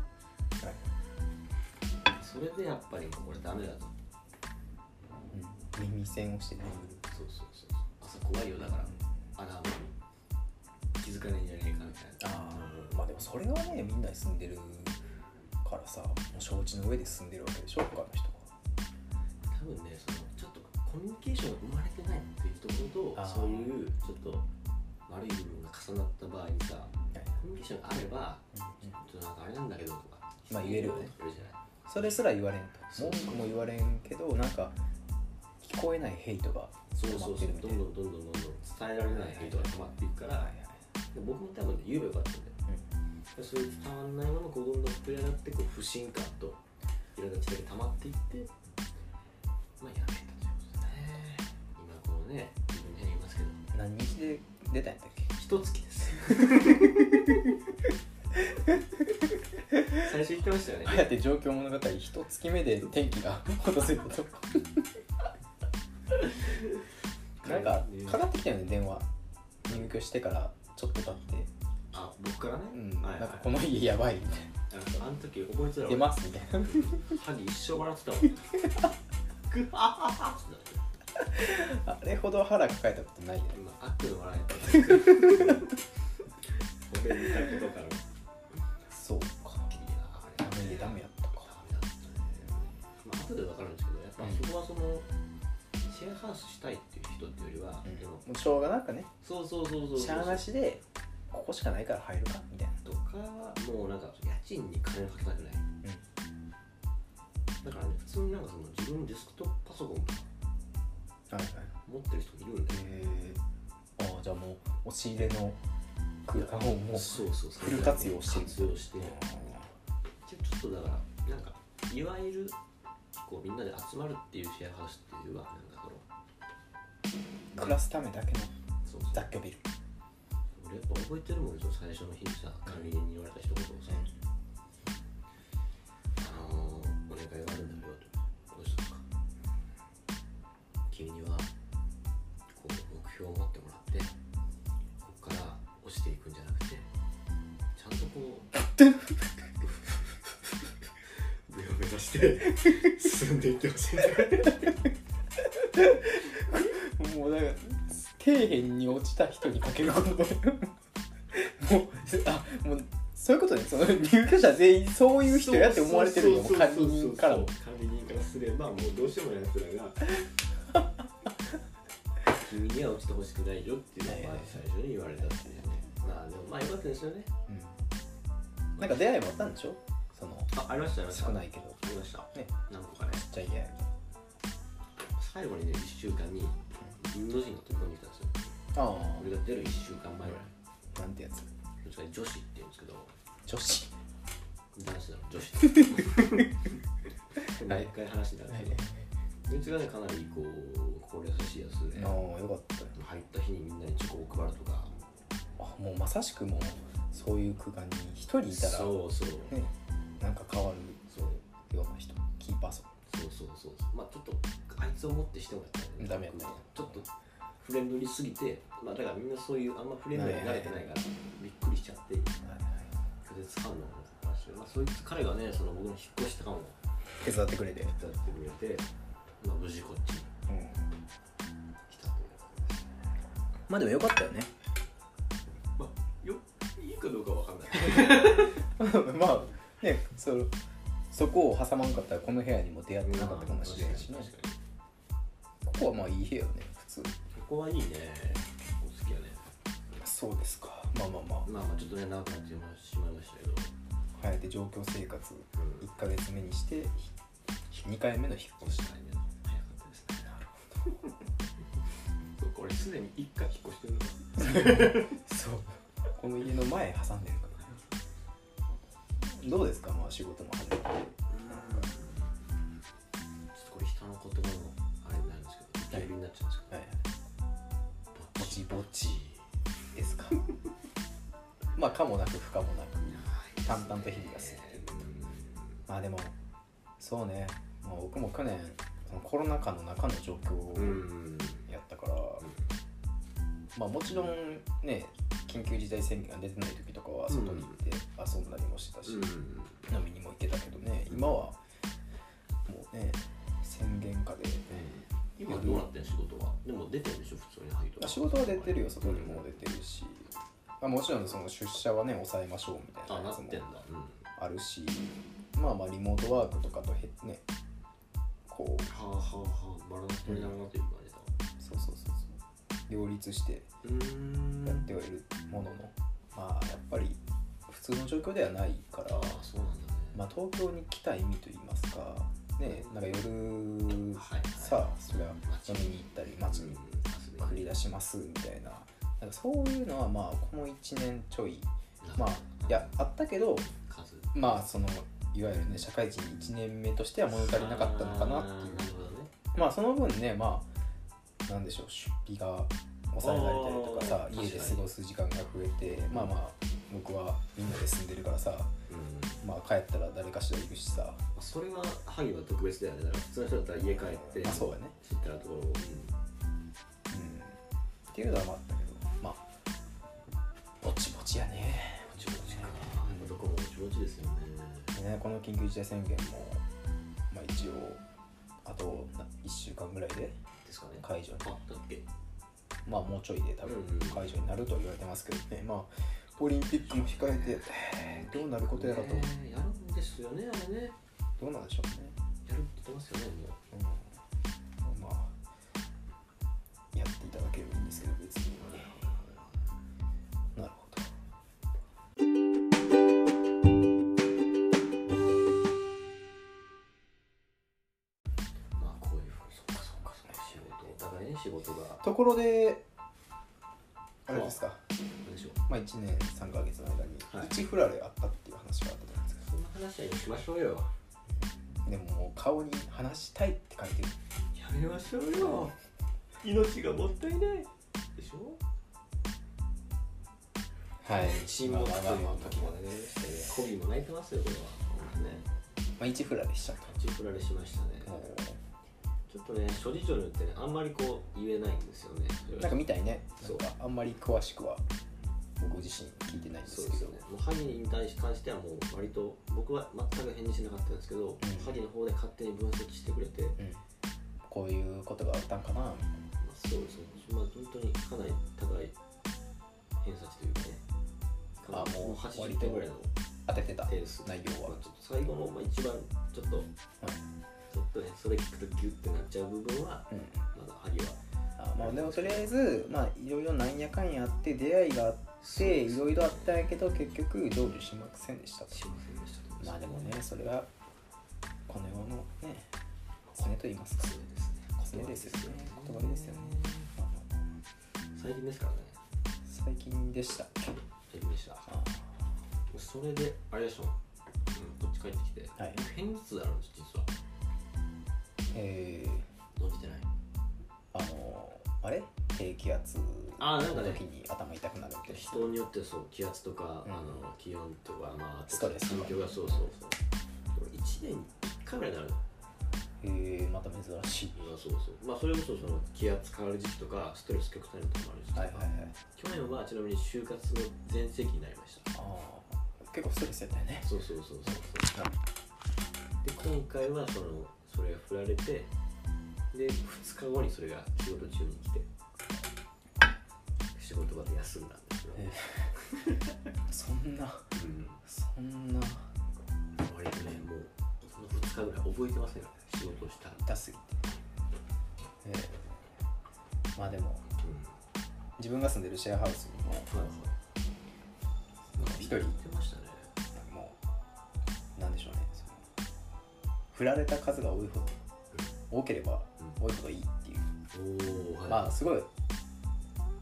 はい
それでやっぱりもうこれダメだと
うん耳栓をしてね
そうそうそうそう朝怖いよだからアラームに気づかないんじゃないかみたいな
あまあでもそれはねみんなに住んでるからさもう承知の上で住んでるわけでしょ他の人は
多分ねそのちょっとコミュニケーションが生まれてないっていうところ
あ
と
ー
そういうちょっと悪い部分が重なった場合にさコミュニケーションがあればちょっとなんかあれなんだけどとか
まあ言えるよね
言えるじゃない
それすら言われんと
そう
文句も言われんけどなんか聞こえないヘイトが
そう
溜ま
そ
っ
うそ
て
う
るみた
ど
い
ん
な
どんどんどんどんどん伝えられないヘイトが溜まっていくからで僕も多分ね言えばよかったんだよでそういう伝わらないものがこうどんどん膨れ上がってこう不信感と苛立ちだけ溜まっていってまあやめたということでね今このね自分で言いますけど
うん何日で出たんやったっけ
一月です
<laughs>
最初言ってましたよね
ああやって状況物語一月目で天気
<laughs>
が訪れるとなんかかかってきたよね電話入居してからちょっと経って
あ僕からね、
うん、
はい
なんかこの家やばいみたい
あの時覚えてた
な
ら
出ますみたいな
歯に一生笑って
<laughs>
たもんグハハハってなって
あれほど腹抱えたことないよね
今悪の笑いこれ見たことからいや
そうか
あれ
ダメでダメやったか
ダメだったねまあ後で分かるんですけどやっぱそこはそのシェアハウスしたいっていう人っていうよりは、
うん
でも
もうしょうがなくね
そうそうそうそう
しゃあなしでここしかないから入るかみたいな
とかもうなんか家賃に金をかけたくない、だからね普通になんかその自分のデスクトップパソコンとか
はいはい
持ってる人もいるんだよ
えー、ああじゃあもう押し入れの空間をもう
そうそうそう
フル活用してる
活用してちょっとだからなんかいわゆるこうみんなで集まるっていうシェアハウスっていうのはなんかその
暮らすためだけの
そうそう
雑居ビル
俺やっぱ覚えてるもんその最初の日にさ管理人に言われた一言をさ「あのー、お願いがあるんだけど」と「どうしたんですか?」君にはこう目標を持ってもらってここから落ちていくんじゃなくてちゃんとこう上を目指して進んでいってほしいんだ
もうだから底辺に落ちた人にかけることだよもうあもうそういうことねその入居者全員そういう人やって思われてるよもう管理人からも
管理人からすればもうどうしてもやつ <laughs> らが君には落ちてほしくないよっていうのはまあ最初に言われたっていうねまあでもまあよかったですよね
うんなんか出会いもあったんでしょその
あありましたありました
少ないけど
ありました
ね
何個かね
じゃあ嫌や
最後にね1週間にインド人が飛び込んできたんですよ
あ
俺が出る1週間前ぐらい
あなんてやつ
どっちかに女子って言うんですけど
女子
男子だろ女子 <laughs>
はい
毎回話になるけどこいつがねかなりこう心優しいやつで
ああよかったよ
入った日にみんなにチョコを配るとか
あもうまさしくもうそういう空間に一人いたら、
そうそう
ね、なんか変わ
そう
るような人キーパーソ
そうそうそうそうまあちょっとあいつを持ってしてもやったらね
ダメやったね
ちょっとフレンドリーすぎてまあだからみんなそういうあんまフレンドリーに慣れてないからびっくりしちゃって
ン、
拒絶感の話まあそいつ彼がねその僕の引っ越しとかも
手伝ってくれて、
やってくれてまあ無事こっちに
うん、
来たという
まあでもよかったよね
まあよいいかどうかわか <laughs> んない
<laughs> まあねそのそこを挟まんかったらこの部屋にも出会ってなかったかもしれないしね
確かに確かに
ここはまあいい部屋よね普通
ここはいいねお好きやね
そうですかまあまあま
まあまあちょっとね長くなってしまいましたけど
あはいで上京生活
うん
1ヶ月目にして2回目の引っ
引っ
越
越
し
したいね早かったですねなるほどこれすでに一回引っ越してるの
そうこの家の前挟んでるからどうですかまあ仕事の始ま
ちょっ
り
とこれ人の言葉のあれになるんですけど
はい
代理になっちゃうんです
はい
けど
ぼちぼちですかまあ可もなく不可もなく淡々と日々が過ぎてまあでもそうね、まあ、僕も去年そのコロナ禍の中の状
う
況
ん
やったから、まあもちろんね緊急事態宣言が出てない時とかは外に行って遊んだりもしてたし、
うん
飲みにも行ってたけどね今はもうね宣言下で
今どうなってん仕事はでも出てるでしょ普通に入る
あ仕事は出てるよ外にも出てるし、まあ、もちろんその出社はね抑えましょうみた
あ
い
な
なや
っ
つ
てん
も
だうん
あるしまあまあリモートワークとかとへねこう
はあはあはあバランス取りながらという感じだ
そうそうそうそう両立して
うーん
やってはいるものの、まあやっぱり普通の状況ではないから
あ、あそうなんだね
まあ、東京に来た意味といいますかねなんか夜
はい
さあそれは
街
飲みに行ったり街に繰り出しますみたいななんかそういうのはまあこの1年ちょいまあいやあったけど
数
まあそのいわゆるね社会人1年目としては物足りなかったのかなっていう
なるほどね
まあその分ねまあなんでしょう出費が抑えられたりとかさ
あー
家で過ごす時間が増えてまあまあ僕はみんなで住んでるからさ
うん
まあ帰ったら誰かしらいるしさ
それは萩は特別だよねだから普通の人だったら家帰って
まあそうやね、
知ったらところを
うん、っていうのはまああったけどまあぼちぼちやね緊急事態宣言も、まあ、一応あとな1週間ぐらいで
ですかね
解除に
あだっけ
まあもうちょいで多分
うんうん
解除になると言われてますけどね、まあオリンピックも控えてえーどうなることやらと、
ねえやるんですよねあれね
どうなんでしょうね、
やるって言ってますよねも
うん、まあやっていただければいいんですけど別になるほど
うまあこういうふうにそうかそうかそうか仕事お互いね仕事が
ところであれですか
どうでしょう
まあ、1年3ヶ月の間に
はい
1フラレあったっていう話があったと思うんですけ
そんな話はしましょうよ
どでももう顔に話したいって書いてる
やめましょうよ命がもったいないでしょ
はい
沈
まあ
黙
まあ
と
まあ
いう
まあ
時までね媚びも泣いてますよこれは本
まあ1フラレしちゃっ
当ね立ち振られしましたね
たもう
ちょっとね諸事情によってねあんまりこう言えないんですよね
なんかみたいねな
そ
ん
う
かあんまり詳しくは僕自身聞いてないんで
そう
す
です
けど
よねもう萩に対し関してはもう割と僕は全く返事しなかったんですけど、
ん
萩の方で勝手に分析してくれて、ま
うんこういうことがあったんかな
あ、そうですねまあ本当にかなり高い偏差値というかね
あもう
80
割と
点ぐらいの
当ててた
点数
内容は
まあ、ちょっと最後の、まあ、一番ちょっと、ちょっとねそれ聞くとギュッてなっちゃう部分は
うん
まだ萩は
あまあでもとりあえずまあいろいろなんやかんやあって出会いがあっていろいろあったんやけど結局成就しませんでしたと
しませんでしたと
まあでもね、それはこの世のね、骨と言いますか、
そうですね
骨ですよね、言葉ですよね。
最近ですからね
最近でした。
最近でしたそれであれでしょ、うん、こっち帰ってきて、
はい
偏頭痛あるんです実は
え
伸びてない
ー、あのあれ低気圧
あ
の
ーなんかね
時に頭痛くなるって人
人によってそう気圧とか、
うん
あの気温とかまあ
ストレスと
環
か
境がそうそうそう俺1年に1回ぐらいになるの
えー、また珍しい。
まあそうそうまあそれこそその気圧変わる時期とかストレス極端なこともある時期とか、
はいはいはい。
去年はちなみに就活の全盛期になりました
ああ、結構ストレスやったよね。
そうそうそうそうそうで今回はそのそれが振られてで2日後にそれが仕事中に来て仕事場で休んだんですよ、
えーそんな、
うん
そんな
割とねもうその2日ぐらい覚えてませんよね仕事をした、
痛すぎて。えー、まあでも、
う
自分が住んでるシェアハウスにも、
ん、はいはい
一人
言ってましたね
もうなんでしょうねその振られた数が多いほど多ければ
うん
多いほどいいっていう、
おおはい、
まあすごい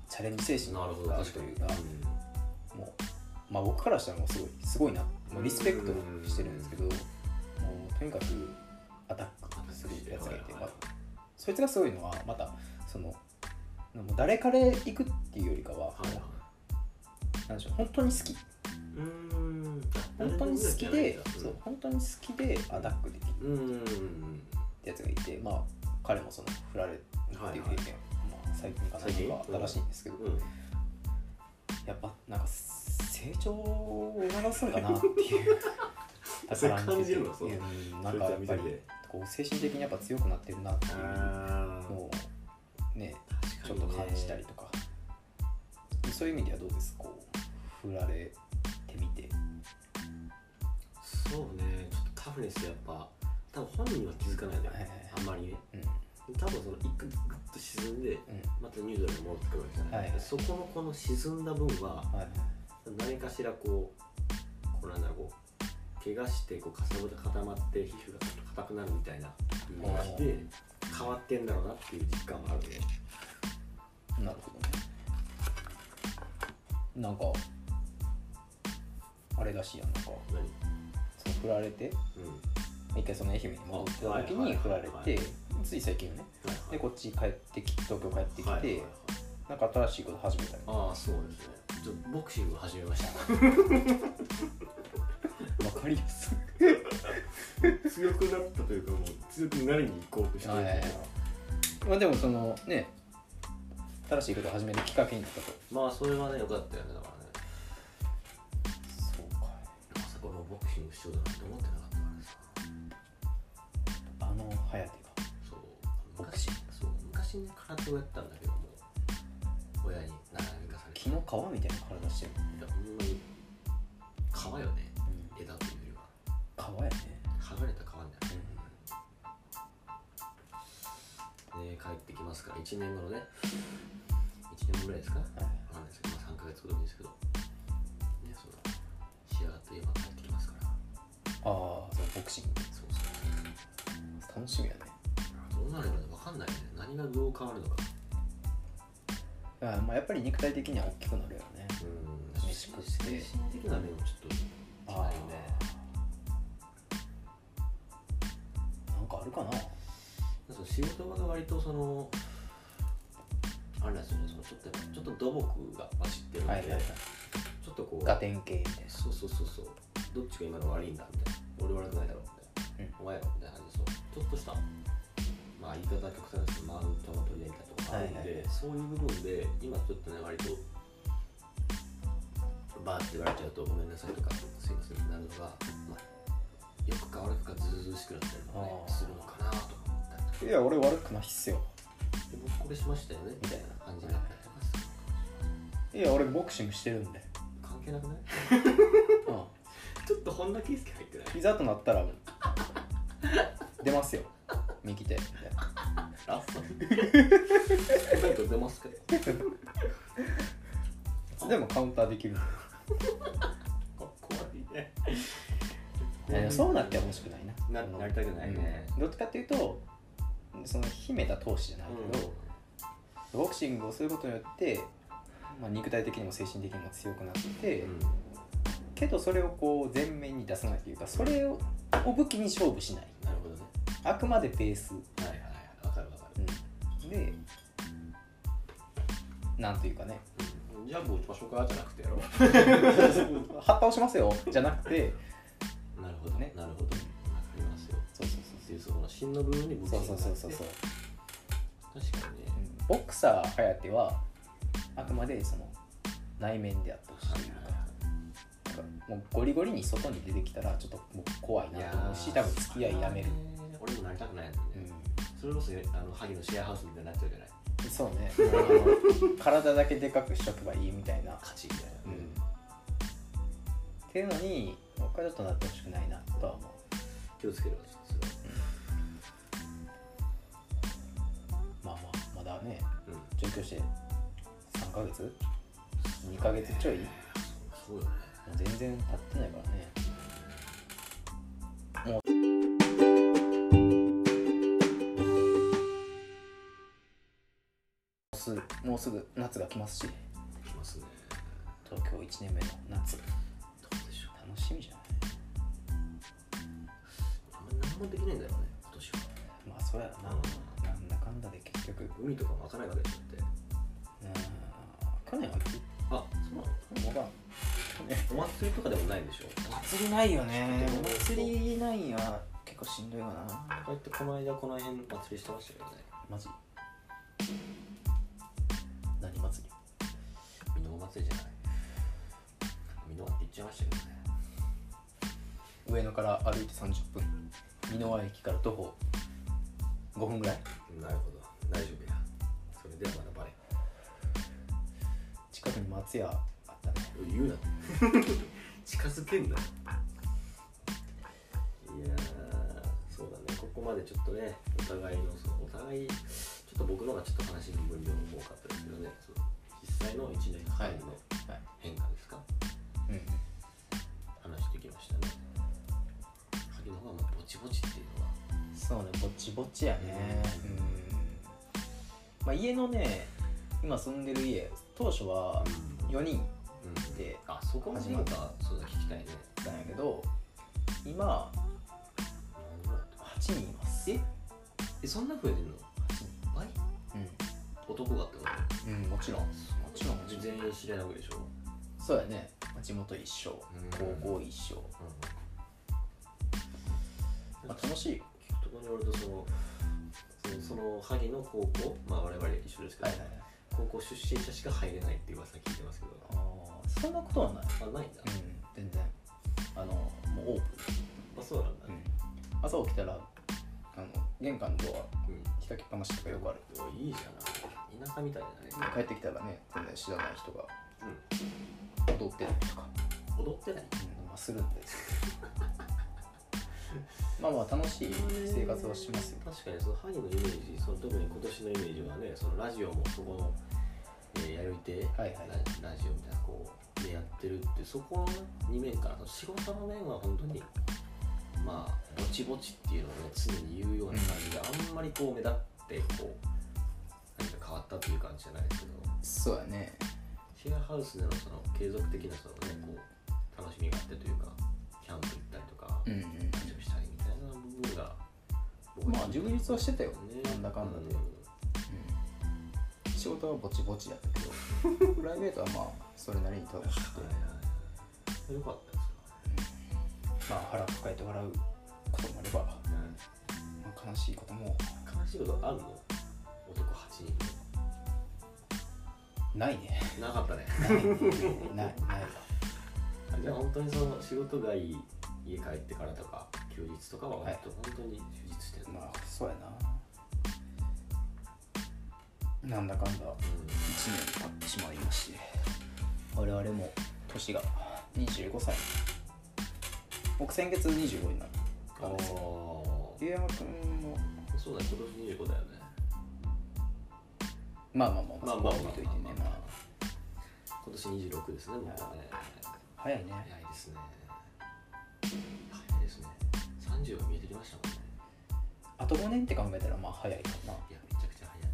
チャレンジ精神
なるほど
がある
確
と
かに
いうかもう、まあ、僕からしたらもうすごいすごいなもうリスペクトしてるんですけどもうとにかくアタックするやつがいて、まあ、そいつがすごいのはまたそのもう誰から行くっていうよりかは、
はいはい
なんでしょう本当に好き
うーん
本当に好きで、
うん
そう本当に好きでアタックできる
うーん
ってやつがいてまあ彼もその振られるっていう経験、まあ、最近かな
最近
なんか新しいんですけど、
うん
やっぱなんか成長を促すんだなっていうだから
<laughs> それ感じるのそう
うんなんかやっぱりこう精神的にやっぱ強くなってるなっていう
あ
のをね
確
ちょっと感じたりとか、そういう意味ではどうですこう振られてみて
そうねちょっとタフネスやっぱ多分本人は気づかないのよ、
はいはい
あんまりね
うん
多分その一回グッと沈んで
う
またニュードルに戻ってくるわけじゃない、
はいはい
そこのこの沈んだ分は
んはい
何かしらこうこうなんだろうこう怪我してこうかさぶた固まって皮膚が硬くなるみたいなのがあって変わってんだろうなっていう実感もあるね
なるほどねなんかあれらしいやんなんか
何
その振られて
うんは
一回その愛媛に戻ってた時
はいはい
に振られ
はい
てつい最近ね
いはい
でこっち帰ってき東京帰ってき
はいはい
て
はい
なんか新しいこと始めたりま
ああそうですねちょっとボクシング始めました
あわかりやすい
強くなったというかもう強くなりに行こうとしてる
はいまあでもそのね新しいことを始めるきっかけになったと
まあそれはね良かったよねだからね
そうか
まさかこのボクシングしようだなんて思ってなかったからさ
颯が
そう昔そう昔ね空手をやったんだけども親に習いに行かされて
木の皮みたいな体してる、
いやほんまに川よね枝というよりは
皮やね
剥がれた川になる、で帰ってきますから1年後のね1年後ぐらいですか、わかんないですけど、まあ、3ヶ月後でもいいですけどねそのシアといえば帰ってきますから
ああそのボクシング
そうそう
楽しみやね
どうなるかね分かんないね何がどう変わるのか
あまあやっぱり肉体的には大きくなるよね
うん
飯食って
精神的な面もちょっと気になるよね
なんかあるかな
その仕事場が割とそのあれなんですよねそのちょっとやっぱちょっと土木が走ってるんで、
はいはいはい
ちょっとこう
ガテン系みたいな
そうそうそうそうどっちが今の悪いんだみたいな俺悪くないだろみたいな、お前やろみたいな感じでそうちょっとしたまあ言い方は極端ですけどマウントの取り合いだとかあるんで、
はいは
そういう部分で今ちょっとね割とバーって言われちゃうとごめんなさいとかすいませんになるのが、まあ、よくか悪くかずうずうしくなったりとかね
あー
するのかなとか思ったりとか
いや俺悪くないっすよ
で僕これしましたよねみたいな感じになったりとかする
いや俺ボクシングしてるんで、
関係な
<laughs>
くない <laughs>
う
ちょっと本田圭佑入ってない
ん、いざとなったら出ますよ右手みたいな
あそうお弁当出ますけど
いつでもカウンターできるん
怖いね。
<laughs> でいやそうなってほしくないな
ななりたくないね
うんどっちかっていうとその秘めた闘志じゃないけど、ボクシングをすることによって、まあ、肉体的にも精神的にも強くなって、けどそれをこう前面に出さないというかそれをを武器に勝負しない
なるほどね。
あくまでベース、
はいはいはい。わかるわかる。
うん、でなんというかね
ジャンプ打ちましょうかじゃなくてやろ
葉っぱをしますよじゃなくて
う。なるほどね
ね。
なるほど。わかりますよ。
そうそう
っていうその芯の部分に僕
そうそうそうそうそうそう
確かにね。
うんボクサー颯はあくまでその内面であってほしいというかなんかもうゴリゴリに外に出てきたらちょっともう怖いなと思うし多分付き合いやめる、。
俺もなりたくないのね。
う
それこそあの萩のシェアハウスみたいになっちゃうじゃない。
ん、そうねもうあの体だけでかくしとけばいいみたいな、
勝ちみたい
うん、
な。
っていうのに僕はちょっとなってほしくないなとは思う
気をつけるわ。それは
まあまあまだね
うん。
上京して3ヶ月2ヶ月ちょいも
そうよね。
う全然経ってないからねもうすもうすぐ夏が来ますし
きますね。
東京1年目の夏
どうでしょう。
楽しみじゃない
あんま何もできないんだろうね。今年は。
まあそうやろななんだかんだで結局うん
海とかも開かないわけでしょって
去年は
あそうなの
もうが
お祭りとかでもないんでしょ
祭りないよね
お祭
祭りないは結構しんどいわな
こうやってこの間この辺祭りしてましたけどね
マジ何祭り
美濃祭りじゃない美濃って言っちゃいましたけどね
上野から歩いて30分美濃駅から徒歩5分ぐらい
なるほど大丈夫やそれではまだバレ
近くに松屋あったね
ん言うな <laughs> 近づけんなよいやーそうだねここまでちょっとねお互いのそのお互いちょっと僕の方がちょっと話の分量多かったですけどねその実際の1年間の
はい
変化ですか、
うん
話してきましたね鍵の方がまあぼちぼちっていうのは
そうねぼちぼちやねうんまあ家のね今住んでる家当初は4人
うん
で
あそこまでなんかそうだ聞きたいね
だったんやけど今8人います
ええそんな増えてんの倍
う
男がってこと
ん、うん、もちろんもちろんもちろん
全員知り合いなわけでしょ、
そうやねまあ地元一緒
うん
高校一緒、
うん
まあ、楽しいよ
聞くところによるとそのそのその萩の高校まあ我々一緒ですけど、高校出身者しか入れないっていう噂聞いてますけど
あーそんなことはない
あないんだ、
うん全然あのもうオープ
あそうなんだ、
ン、朝起きたらあの玄関のドア
うん
開きっぱなしとかよくある
おいいじゃない田舎みたいじゃない
帰ってきたらね全然知らない人が
う
踊ってたりとか、
ん踊ってない
うんまあ、するん <laughs> ですよまあまあ楽しい生活をしますよ
確かにそのハニーのイメージその特に今年のイメージはねそのラジオもそこの、えー、やり手、
はいはい
ララジオみたいなこうでやってるってそこの2面からその仕事の面は本当にまあぼちぼちっていうのをね常に言うような感じで、あんまりこう目立ってこう何か変わったっていう感じじゃないですけど
そうやね
シェアハウスでのその継続的なそのねこう楽しみがあってというかキャンプ行ったりとか、
うんうん
ラジオしたりみたいな部分が僕
まあ充実はしてたよ
ね
なんだかんだで、うん仕事はぼちぼちやった <laughs> けどプライベートはまあそれなりに楽しくて
はいはいよかったです
まあ腹抱えて笑うこともあれば、まあ、悲しいことも
よ悲しいことあるの男8人
ないね
なかったね
ないないわ
<laughs> じゃあ本当にその仕事外家帰ってからとか休日とかは本当,、本当に充実してる
まあそうやななんだかんだ1年経ってしまいまして我々も年が25歳僕先月25になる
ああー
ゆうやまくんも
そうだね今年25だよね
まあまあまあ
まあ
そこ
まあま
は
あ
置いといてねまあ
今年26ですね僕はね
早いね
早いですね早いですね30が見えてきましたもんね
あと5年って考えたらまあ早いかない
やめちゃくちゃ早い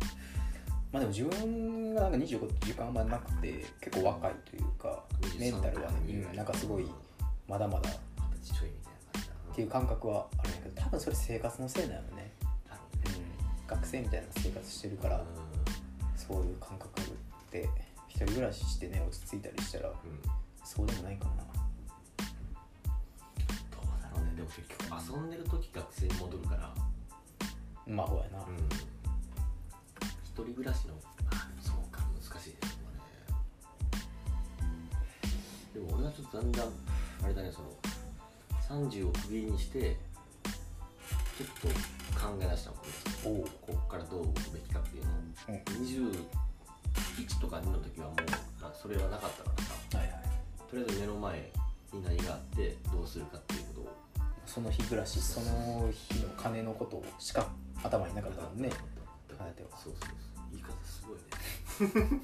まあでも自分がなんか25って時間あんまなくて結構若いというかメンタルはね、うんなんかすごいまだまだっ
二十歳ちょいみたいな感じだな
ていう感覚はあるんだけど多分それ生活のせいなのね、
だろうね
うん、学生みたいな生活してるからそういう感覚って一人暮らししてね落ち着いたりした
う
ら
ん、うん、
そうでもないかな
どうだろうねでも結局遊んでる時学生に戻るから
まあほやな、
うん一人暮らしのあそうか難しいですねでも俺はちょっとだんだんあれだねその30を区切りにしてちょっと考え出したもんね
おう
ここからどう動くべきかっていうのを、
うん
21とか2の時はもう、まあそれはなかったからさ
はいはい
とりあえず目の前に何があってどうするかっていうことを
その日暮らしその日の金のことしか頭になかったもんね
はい
でも
そうそうそう言い方すごいね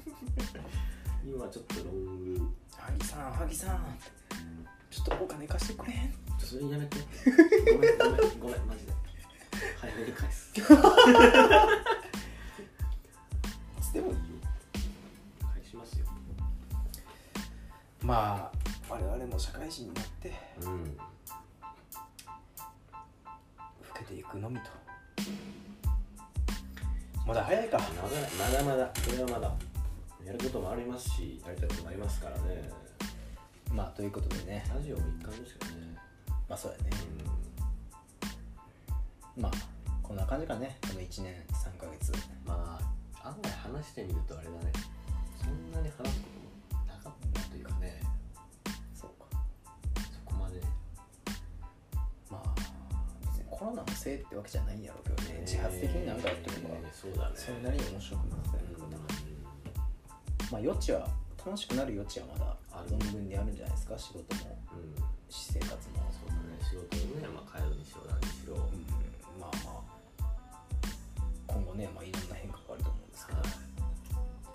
今ちょっとロング
萩さん萩さんちょっとお金貸してくれん
ちょそれやめてごめんごめんごめんマジで早めに返す返
でも
しますよ
まあ我々も社会人になって
うん
老けていくのみとまだ早いか
まだまだまだこれはまだやることもありますしやりたいこともありますからね
まあということでね
ラジオも一環ですけどね
まあそうやねまあこんな感じかねこの1年3ヶ月
うんまあ案外話してみるとあれだねそんなに話すこともなかったというかね
そうか
そこまで
まあ別にコロナのせいってわけじゃないんやろうけどね自発的になんかやってるのが
えーそうだね
それなりに面白くなったようなことまあ余地は楽しくなる余地はまだ
ある
存分にあるんじゃないですか仕事も
うん、うん
私生活も
そうだね仕事をね、まあ、変えるにしろ何にしろ、
うんまあまあ今後ね、まあ、いろんな変化があると思うんですけど
はい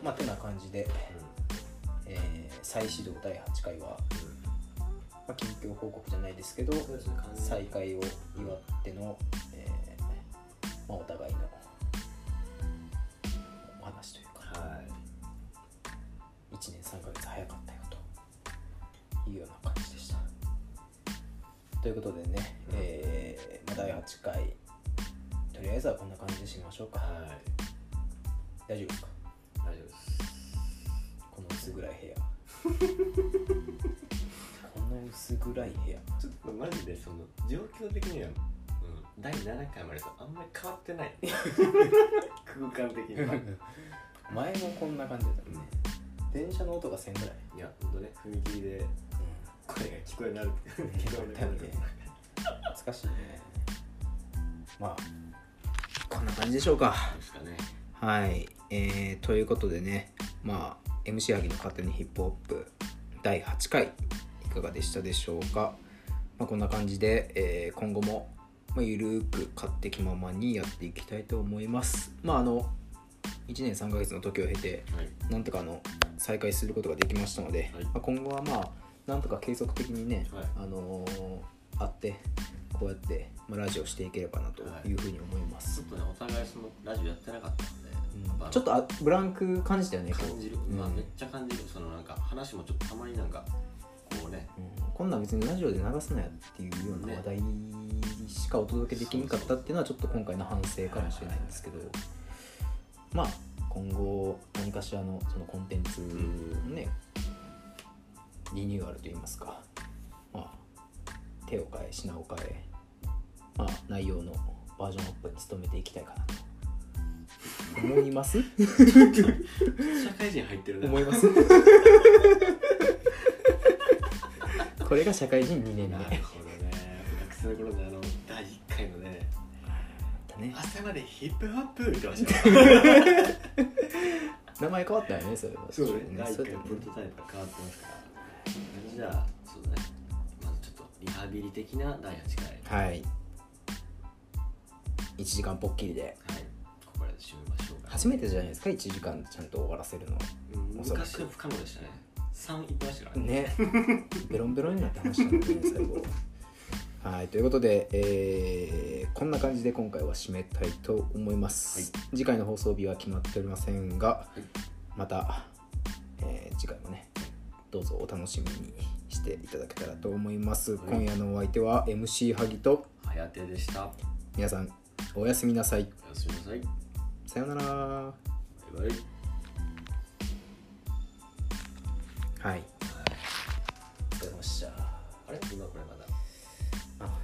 まあてな感じで、えー再始動第8回は、まあ、近況報告じゃないですけど
そうですね完全
再開を祝っての、えーまあ、お互いのお話というか
はい
1年3ヶ月早かったよというような感じでしたということでね、えーまあ、第8回とりあえずはこんな感じでしましょうか
はい
大丈夫ですか
大丈夫です
この薄暗い部屋 <laughs> この薄暗い部屋
ちょっとマジでその状況的には、うん、第7回までとあんまり変わってない空間的には、
前もこんな感じだったもんね電車の音が1000ぐらい、
いやほんとね踏切で声が聞こえなる聞こえなくなる
聞こえなくなる懐かしいねまあんな感じでしょうか。
ですかね
はい、えーということでね、まあ、MC 萩の勝手にヒップホップ第8回いかがでしたでしょうか、まあ、こんな感じで、えー今後も、まあ、ゆるーく勝手気ままにやっていきたいと思いますまああの1年3ヶ月の時を経て
はい
なんとかあの再開することができましたので、
はい
まあ、今後はまあなんとか継続的にね、
はい
あのー会ってこうやって、まあ、ラジオしていければなというふうに思います
ちょっ、とねお互いそのラジオやってなかったんで、
うんちょっとあブランク感じたよね
と
こう
感じる、
うん
まあめっちゃ感じるそのなんか話もちょっとたまになんかこうね
うんこんなん別にラジオで流すなよっていうような話題しかお届けできなかったっていうのはちょっと今回の反省かもしれないんですけどまあ今後何かしらのそのコンテンツのねリニューアルといいますかまあ手を変え品を変えまあ内容のバージョンアップに努めていきたいかなと思
<laughs>
います
社会人入って <laughs> るね
思いますこれが社会人2年目
なるほどね学生の頃のあの第一回のね
だね
朝までヒップホップ言ってましたよ
名前変わったよ <laughs> ねそれは
第一
そ
回
れ
のプロトタイプが変わってますからじゃあそうだねまずちょっとリハビリ的な第8回はい
はい1時間ぽっきりで
ここらで締めましょうか
初めてじゃないですか1時間ちゃんと終わらせるのは
うん
おそらく
昔は不可能でしたね3いってましたからね
ねベロンベロンになって話したもんね最後はいということで、えーこんな感じで今回は締めたいと思います、次回の放送日は決まっておりませんが、
い
また、えー次回もねどうぞお楽しみにしていただけたらと思います、
はい
今夜のお相手は MC 萩と
早手でした
皆さんおやすみなさい
おやすみなさい
さようなら
バイバイ
はい。お疲れ様でした。
あれ今これまだ
あ、